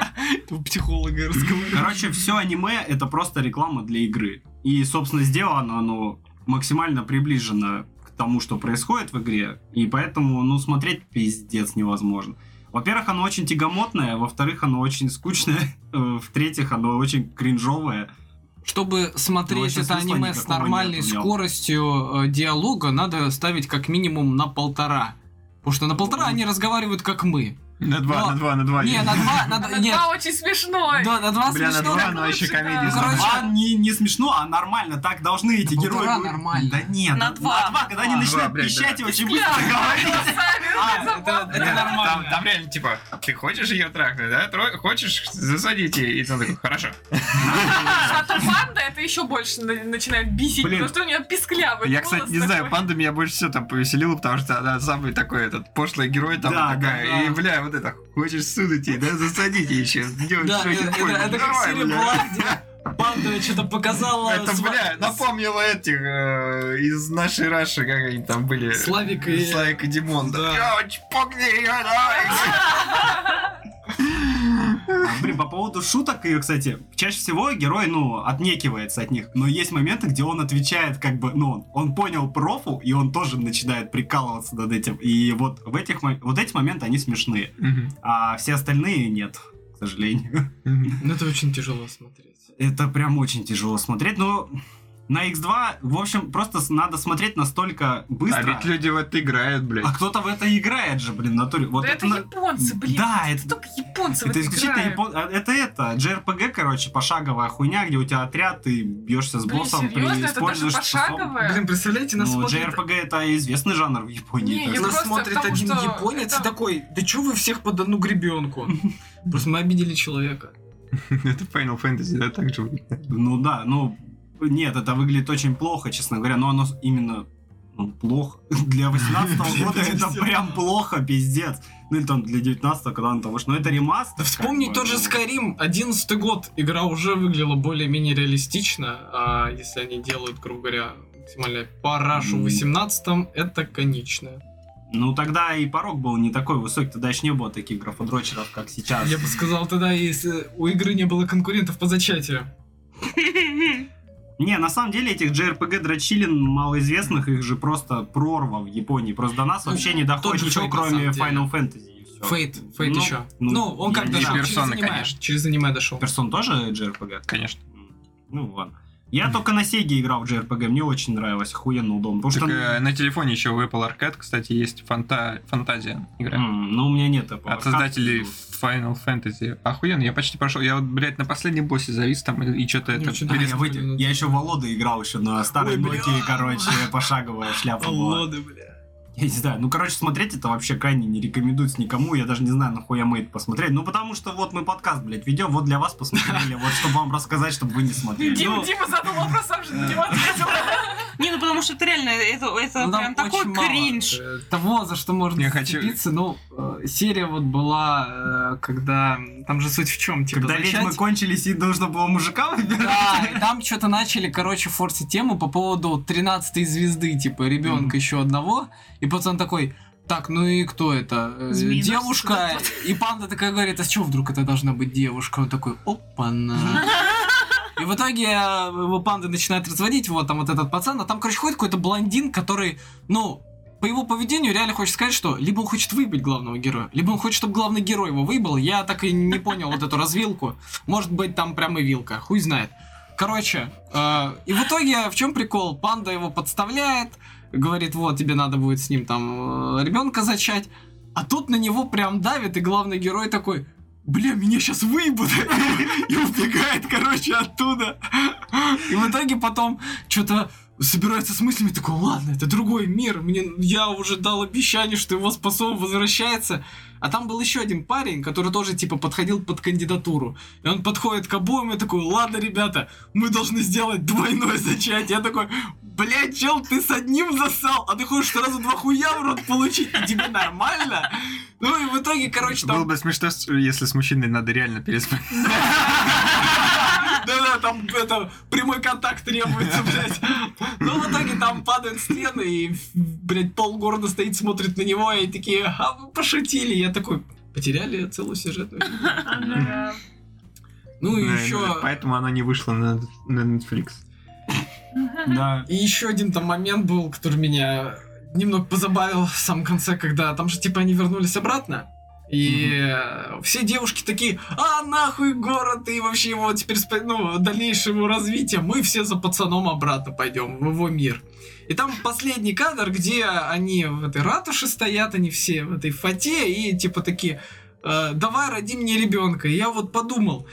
У психолога разговаривать.
Короче, все аниме это просто реклама для игры. И, собственно, сделано оно максимально приближено к тому, что происходит в игре. И поэтому, ну, смотреть пиздец невозможно. Во-первых, оно очень тягомотное, во-вторых, оно очень скучное, э, в-третьих, оно очень кринжовое.
Чтобы
Ну,
смотреть
вообще
это
смысла
аниме с
никакого
нормальной
нету, я-
скоростью э, диалога, надо ставить как минимум на полтора. Потому что на полтора они разговаривают как мы.
На два,
Но-
на два, на два.
Не, на два, на
Она
д- нет,
была очень смешной.
да, на два
Бля, на
смешно.
два,
как-
но еще
лучше, да.
комедии.
Ну,
смотрю.
короче,
А, не, не смешно, а нормально, так должны эти
На
герои...
полтора
говорить.
нормально.
Да нет,
На два.
На два, когда они
На
начинают
два, блядь,
пищать и очень быстро
Да.
говорить.
Сами,
А, это-
Да,
это
Там,
нормально.
там реально типа, ты хочешь ее трахнуть, да? Тро- Хочешь, засадите. И ты такой, хорошо.
Зато А панда это еще больше на- начинает бесить,
Блин.
потому что у нее
А
писклявый
Я,
голос
кстати, не
такой.
знаю, панда меня больше всего там повеселила, потому что она самый такой этот пошлый герой там
Да,
такая.
да, да.
И, бля, вот это, хочешь сунуть ей, да, засадите еще. Сделать
Да,
что-нибудь.
это- это- это как
Давай,
серия
бля.
была, где панда что-то показала.
Это,
сва-
бля, напомнило этих э, из нашей Раши, как они там были.
Славик и-
Славик и Димон.
Да.
Да. Я чпокни ее, давай.
А, Блин, по поводу шуток ее, кстати, чаще всего герой, ну, отнекивается от них. Но есть моменты, где он отвечает, как бы, ну, он, он понял профу, и он тоже начинает прикалываться над этим. И вот в этих, мо- вот эти моменты, они смешные. А все остальные нет, к сожалению.
Ну это очень тяжело смотреть.
Это прям очень тяжело смотреть, но... На X2, в общем, просто с- надо смотреть настолько
А
быстро.
ведь люди в это играют, блядь.
А кто-то в это играет же, блин, в натуре. Вот
Да это
на-
японцы, блин.
Да, это-
Только японцы в
Это
это
исключительно
играют.
япон... а, Это это, JRPG, короче, пошаговая хуйня, где у тебя отряд, ты бьешься с
Блин,
боссом, при
серьезно, это даже
используешь способ-
пошаговое.
Блин, представляете, нас
Ну,
смотрит...
JRPG это известный жанр в Японии.
Не,
так
я-
сказать.
Нас
Просто
смотрит
потому
один
что
японец
это-
и такой, да чё вы всех под одну гребенку? Просто мы обидели человека.
Это Final Fantasy, да, так же.
Ну да, ну нет, это выглядит очень плохо, честно говоря, но оно с- именно ну, плохо. Для 18 года это прям плохо, пиздец. Ну или там для 19 когда он того, что- ну это ремастер.
Вспомни
как бы,
тот же
ну.
Skyrim, 11 год, игра уже выглядела более-менее реалистично, а если они делают, грубо говоря, максимально парашу в
М.
18 это конечное.
Ну тогда и порог был не такой высокий, тогда еще не было таких графодрочеров, как сейчас.
Я бы сказал тогда, если у игры не было конкурентов по зачатию.
Не, на самом деле этих JRPG дрочилин малоизвестных, их же просто прорва в Японии. Просто до нас
Ну,
вообще не
тот
доходит
же
ничего,
Fate, на
кроме
самом
Final Fantasy. и всё.
Фейт, Фейт
Ну,
еще.
ну,
Ну, он
я
как
не
дошел,
знаю.
через
Персона,
аниме.
конечно.
Через аниме дошел.
Персон тоже JRPG?
Конечно.
Ну ладно. Я только на Сеге играл в JRPG, мне очень нравилось, охуенно удобно. Потому
Так,
что...
э, на телефоне еще в Apple Arcade, кстати, есть фанта... фантазия игра.
М, ну, у меня нет Apple
э, От
Arcade.
создателей Final Fantasy. Охуенно, я почти прошел. Я вот, блядь, на последнем боссе завис там и, что-то это...
Ничего.
А,
перес-
я, в эти- я еще в Волода играл еще на старой
Ой, бля.
Nokia, короче, пошаговая шляпа была.
Аллоды, бля.
Я не знаю. Ну, короче, смотреть это вообще крайне не рекомендуется никому. Я даже не знаю, нахуя мы это посмотрели. Ну, потому что вот мы подкаст, блядь, ведем, вот для вас посмотрели, вот чтобы вам рассказать, чтобы вы не смотрели.
Дима,
Ну,
Дима задал вопрос, сам же на него ответил.
Не, ну потому что это реально, это, это
Ну, там
прям такой
очень мало,
кринж.
э, Того, за что можно
Я хочу-
зацепиться. Ну, э, серия вот была, э, когда... Там же суть в чем, типа,
Когда
зачать-
ведьмы кончились и нужно было мужика выбирать.
Да, и там что-то начали, короче, форсить тему по поводу 13 звезды, типа, ребенка еще одного. И пацан такой, так, ну и кто это? Э,
Змеиный
девушка. И панда такая говорит, а с чего вдруг это должна быть девушка? Он такой, опа-на. И в итоге э, его панды начинают разводить, вот там вот этот пацан, а там, короче, ходит какой-то блондин, который, ну, по его поведению реально хочет сказать, что либо он хочет выебать главного героя, либо он хочет, чтобы главный герой его выебал. Я так и не понял вот эту развилку. Может быть, там прямо и вилка, хуй знает. Короче, э, и в итоге в чем прикол? Панда его подставляет, говорит, вот, тебе надо будет с ним там ребенка зачать. А тут на него прям давит, и главный герой такой, бля, меня сейчас выебут. И убегает, короче, оттуда. И в итоге потом что-то собирается с мыслями, такой, ладно, это другой мир, мне, я уже дал обещание, что его способ возвращается. А там был еще один парень, который тоже, типа, подходил под кандидатуру. И он подходит к обоим и такой, ладно, ребята, мы должны сделать двойное зачатие. Я такой, блядь, чел, ты с одним засал, а ты хочешь сразу два хуя в рот получить, и тебе нормально? Ну и в итоге, короче, там...
Было бы смешно, с- если с мужчиной надо реально пересмотреть.
Да-да, там это, прямой контакт требуется, блядь. Ну, в итоге там падают стены, и, блядь, полгорода стоит, смотрит на него, и такие, а вы пошутили. Я такой, потеряли целую сюжетную. линию». Ну и
Наверное,
еще...
Поэтому она не вышла на на Netflix.
Да.
И еще один там момент был, который меня немного позабавил в самом конце, когда там же, типа, они вернулись обратно. И э, все девушки такие, а нахуй город, и вообще его теперь, спа- ну, дальнейшего развития, мы все за пацаном обратно пойдем, в его мир. И там последний кадр, где они в этой ратуше стоят, они все в этой фате, и типа такие, «Э, давай роди мне ребенка. И я вот подумал,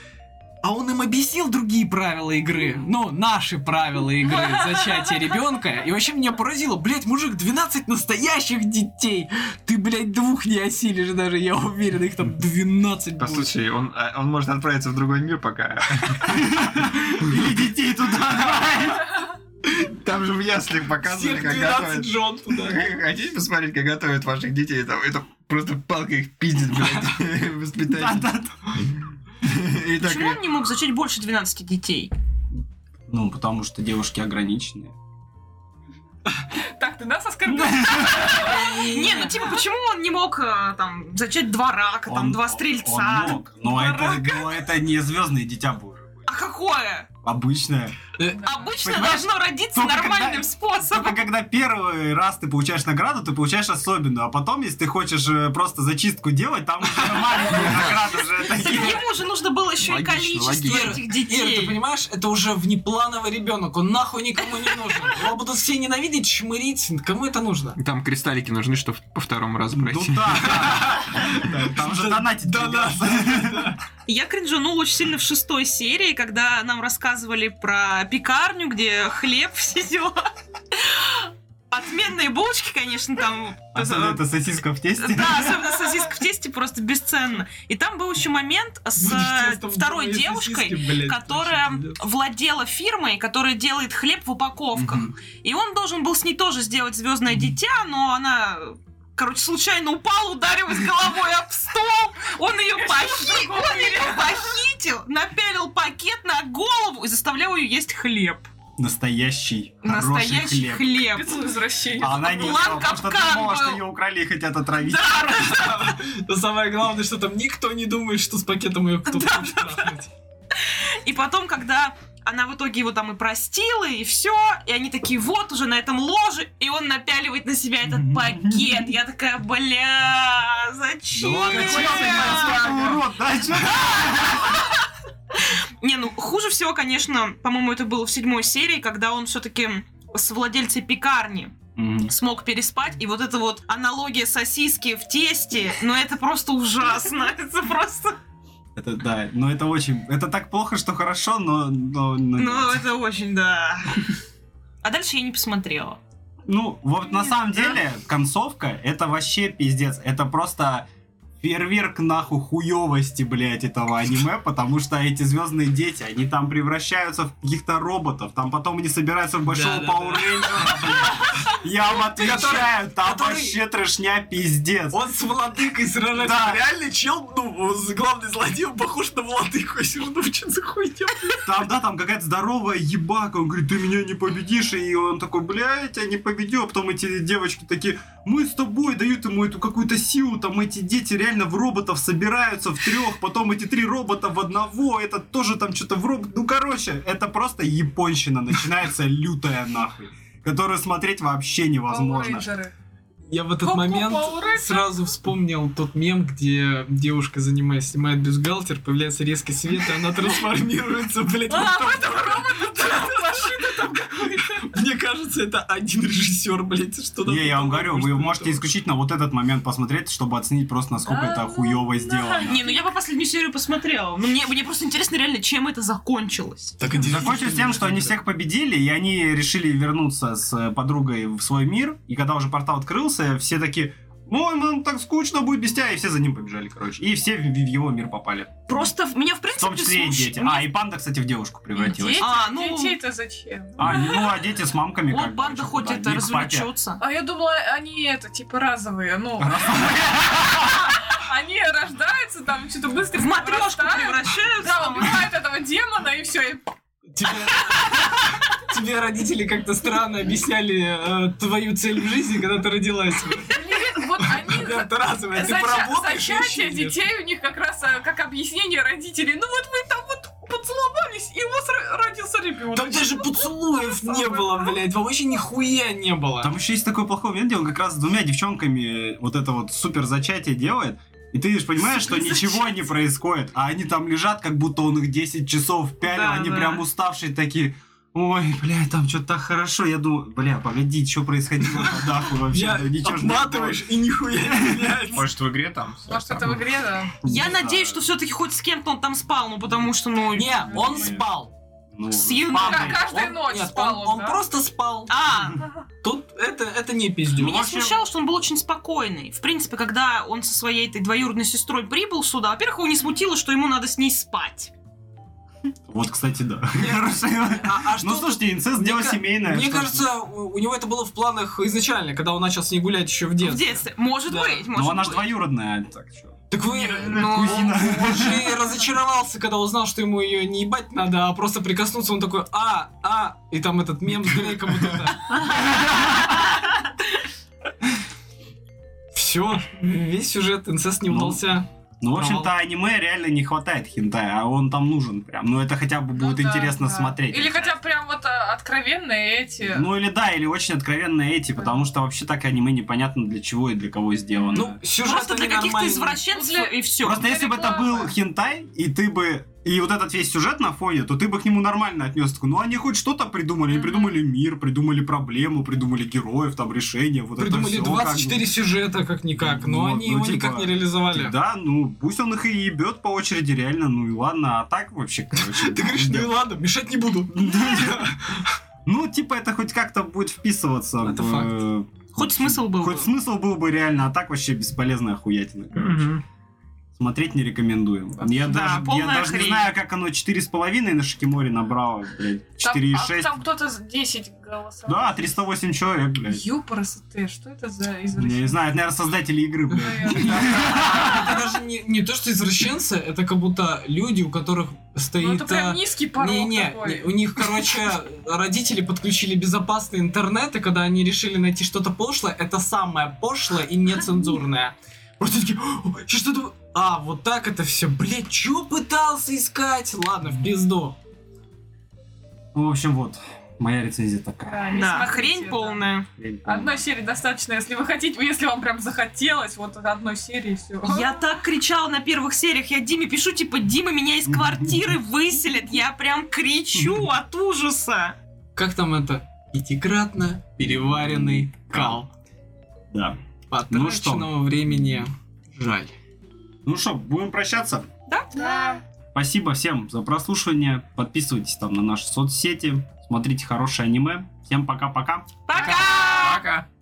а он им объяснил другие правила игры. Ну, наши правила игры зачатия ребенка. И вообще меня поразило, блядь, мужик, 12 настоящих детей. Ты, блядь, двух не осилишь даже, я уверен, их там 12
По
будет.
случаю, он, а, он может отправиться в другой мир пока.
Или детей туда.
Там же в яслях показывали,
Всех
как
12
готовят.
Джон туда.
Хотите посмотреть, как готовят ваших детей? Там это просто палка их пиздит, блядь, воспитатель. И так,
Почему он не мог зачать больше 12 детей?
Ну, потому что девушки ограниченные.
Так, ты нас оскорбил?
Не, ну типа, почему он не мог э, там зачать два рака, там
Он-
два стрельца?
он мог, но это, но это не звездные дитя боже.
А какое?
Обычное.
Обычно
Понимаешь,
должно родиться
только
нормальным
когда-
способом.
Только когда первый раз ты получаешь награду, ты получаешь особенную. А потом, если ты хочешь э, просто зачистку делать, там уже маленькие награды уже такие.
Ему же нужно было еще и
Логично,
количество
логично.
этих
Ир, ты
детей.
понимаешь, это уже внеплановый ребенок, он нахуй никому не нужен. Его будут все ненавидеть, шмырить, кому это нужно?
Там кристаллики нужны, чтобы по второму разу
Ну
пройти.
да, да. Там же донатить придется.
Я кринжанула очень сильно в шестой серии, когда нам рассказывали про пекарню, где хлеб все дела. Отменные булочки, конечно, там. э,
Особенно это сосиска в тесте.
Да, особенно сосиска в тесте просто бесценно. И там был еще момент с э,
Будешь тестом
второй
двойной
девушкой,
сосиски, блядь,
которая
вообще, пиздец.
владела фирмой, которая делает хлеб в упаковках.
Мгм.
И он должен был с ней тоже сделать звездное дитя, но она, короче, случайно упала, ударилась головой об стол. Он ее, похи- он ее похитил, напялил пакет на голову и заставлял ее есть хлеб.
Настоящий, хороший
Настоящий
хлеб.
хлеб.
Капец возвращение.
А она не
План
ела, потому что
капкан
думала, что
был.
ее украли и хотят отравить. Ну
Но самое главное, что там никто не думает, что с пакетом ее кто-то хочет трахнуть.
И потом, когда она в итоге его там и простила, и все, и они такие, вот уже на этом ложе, и он напяливает на себя этот пакет. Я такая, бля, зачем?
урод, да? чё?
Не, ну хуже всего, конечно, по-моему, это было в седьмой серии, когда он все-таки с владельцей пекарни смог переспать, и вот эта вот аналогия сосиски в тесте, ну это просто ужасно, это просто,
Это да, но это очень... Это так плохо, что хорошо, но... но- но
ну
нет.
это очень, да. А дальше я не посмотрела.
Ну, вот на самом деле, концовка, это вообще пиздец. Это просто фейерверк нахуй хуевости, блядь, этого аниме, потому что эти звездные дети, они там превращаются в каких-то роботов, там потом они собираются в большого
Да, да, да.
Power Ranger, блядь. Я вам отвечаю, там
который-
вообще трешня пиздец.
Он с владыкой сражается.
Да.
Реально чел, ну, с- главный злодей, он похож на владыку. Я сижу, ну, что за хуйня?
Там, да, там какая-то здоровая ебака, он говорит, ты меня не победишь, и он такой, блядь, я тебя не победил, а потом эти девочки такие, мы с тобой, дают ему эту какую-то силу, там эти дети реально в роботов собираются, в трех, потом эти три робота в одного, этот тоже там что-то в робот, ну короче, это просто японщина, начинается лютая нахуй, которую смотреть вообще невозможно.
Пауэррейнджеры.
Я в этот
Ку-ку,
момент
Power Ranger.
сразу вспомнил тот мем, где девушка, занимаясь, снимает бюстгальтер, появляется резкий свет, и она трансформируется, блядь, вот
А,
там.
в этом роботе машина там какой-то.
Мне кажется, это один режиссер, блядь, что
Не, я вам
такое,
говорю,
что
вы
это
можете
такое.
исключительно вот этот момент посмотреть, чтобы оценить просто, насколько
Да
это
ну
хуево сделано.
Не, ну я бы последнюю серию посмотрела. Ну, мне, мне просто интересно реально, чем это закончилось.
Так интересно,
Закончилось тем, что они всех победили, и они решили вернуться с э, подругой в свой мир. И когда уже портал открылся, все такие, ой, нам так скучно будет без тебя, и все за ним побежали, короче. И все в в его мир попали.
Просто в- меня, в
В
принципе, ну,
том числе и
слуш-
дети.
меня-
А, и панда, кстати, в девушку превратилась.
Дети?
А, ну,
Детей-то зачем?
А, не- ну, а дети с мамками
вот
как бы,
банда
чё-то
хоть
да,
это
не к папе.
развлечется.
А я думала, они это, типа, разовые, ну. Они рождаются там, что-то быстро
В матрешку
вырастают. Да,
превращаются.
убивают этого демона, и все, и
Тебе, тебе родители как-то странно объясняли э, твою цель в жизни, когда ты родилась.
Нет, вот они...
Тебя разовое, ты
зача-
поработаешь
зачатие
еще и нет.
детей у них как раз э, как объяснение родителей. Ну вот вы там вот поцеловались, и у вас ро- родился
Там
ребенок.
даже поцелуев не было, блядь, вообще нихуя не было.
Там еще есть такой плохой момент, где он как раз с двумя девчонками э, вот это вот супер зачатие делает. И ты же понимаешь, что ничего не происходит, а они там лежат, как будто он их 10 часов пялил,
Да,
они
да.
прям уставшие такие. Ой, бля, там что-то так хорошо. Я думаю, бля, погоди, что происходило на даху вообще?
Я
Да ничего ж не
отматываешь и нихуя не меняется.
Может, в игре там? всё
Может, это в
там?
игре, да?
было.
Я
Не знаю.
надеюсь, что все-таки хоть с кем-то он там спал, ну потому что, ну...
Не, он
Нет.
спал.
Ну,
с юным-
папой.
Ка- Каждую
Он-
ночь
нет,
спал
он,
он,
он
да?
просто спал.
А,
Тут это, это не пиздюк.
Меня
общем-
смущало, что он был очень спокойный. В принципе, когда он со своей этой двоюродной сестрой прибыл сюда, во-первых, его не смутило, что ему надо с ней спать.
Вот, кстати, да. Хорошо.
А, а что
Ну,
тут-
слушайте, инцест
мне
дело
ка-
семейное.
Мне
что ж.
кажется, у, у него это было в планах изначально, когда он начал с ней гулять еще в
В
детстве.
детстве. Может
Да.
быть, может
Ну, она же
быть.
двоюродная. Так, чё.
Так вы...
Ну,
Кузина.
Он же разочаровался, когда узнал, что ему ее не ебать надо, а просто прикоснуться. Он такой, а, а, и там этот мем с Дрейком вот это. Все, весь сюжет инцест не
Ну,
удался.
Ну, в общем-то,
Провал.
аниме реально не хватает хентая, а он там нужен прям. Ну, это хотя бы
Ну
будет
да,
интересно
да.
смотреть.
Или хотя бы прям вот а, откровенные эти.
Ну или да, или очень откровенные эти, потому что вообще так аниме непонятно для чего и для кого сделано.
Ну, сюжет
Просто для каких-то
ненормальный.
извращенцев
Ну, для-
и все.
Просто если бы это
реклама.
был хентай, и ты бы... И вот этот весь сюжет на фоне, то ты бы к нему нормально отнес. Такой, ну они хоть что-то придумали. Они
Мгм.
придумали мир, придумали проблему, придумали героев, там решения, вот
Придумали
это всё,
24 сюжета, как-никак, но
Вот,
они
ну,
его
типа,
никак не
как бы.
реализовали.
Да, ну пусть он их и ебет по очереди, реально, ну и ладно, а так вообще, короче.
Ты говоришь, ну и
да.
ладно, мешать не буду.
Ну, типа, это хоть как-то будет вписываться.
Это
в,
факт.
э,
Ну, Хоть смысл был
Хоть
бы.
смысл был бы реально, а так вообще бесполезная хуятина, короче.
Мгм.
Смотреть не рекомендуем. Я
Да,
даже, я
полная
даже не
хрень.
знаю, как оно 4,5 на Шикиморе набрало, блядь.
Там-
4,6.
а Там кто-то с 10 голосов.
Да, 308 человек, блядь.
Юпорос ты, что это за
Я не
извращение?
знаю, это, наверное, создатели игры, блядь.
Это даже не, не то, что извращенцы, это как будто люди, у которых
Ну
стоит...
это прям
а,
низкий порог
не, не, не, у
такой.
них, короче, родители подключили безопасный интернет, и когда они решили найти что-то пошлое, это самое пошлое и нецензурное. Просто такие, «О, щас что-то... А, вот так это все, блядь, чё пытался искать? Ладно, в пизду.
Ну, в общем, вот. Моя рецензия такая.
Да, не
Да,
смотрите,
А, хрень
да.
полная.
Хрень полная.
Одной серии достаточно, если вы хотите, если вам прям захотелось, вот одной серии все.
Я так кричала на первых сериях. Я Диме пишу, типа, Дима, меня из квартиры выселят. Я прям кричу от ужаса.
Как там это? Пятикратно переваренный кал.
Да.
Потраченного
Ну что?
времени жаль.
Ну что, будем прощаться?
Да?
Спасибо всем за прослушивание. Подписывайтесь там на наши соцсети. Смотрите хорошее аниме. Всем пока-пока.
Пока!
Пока.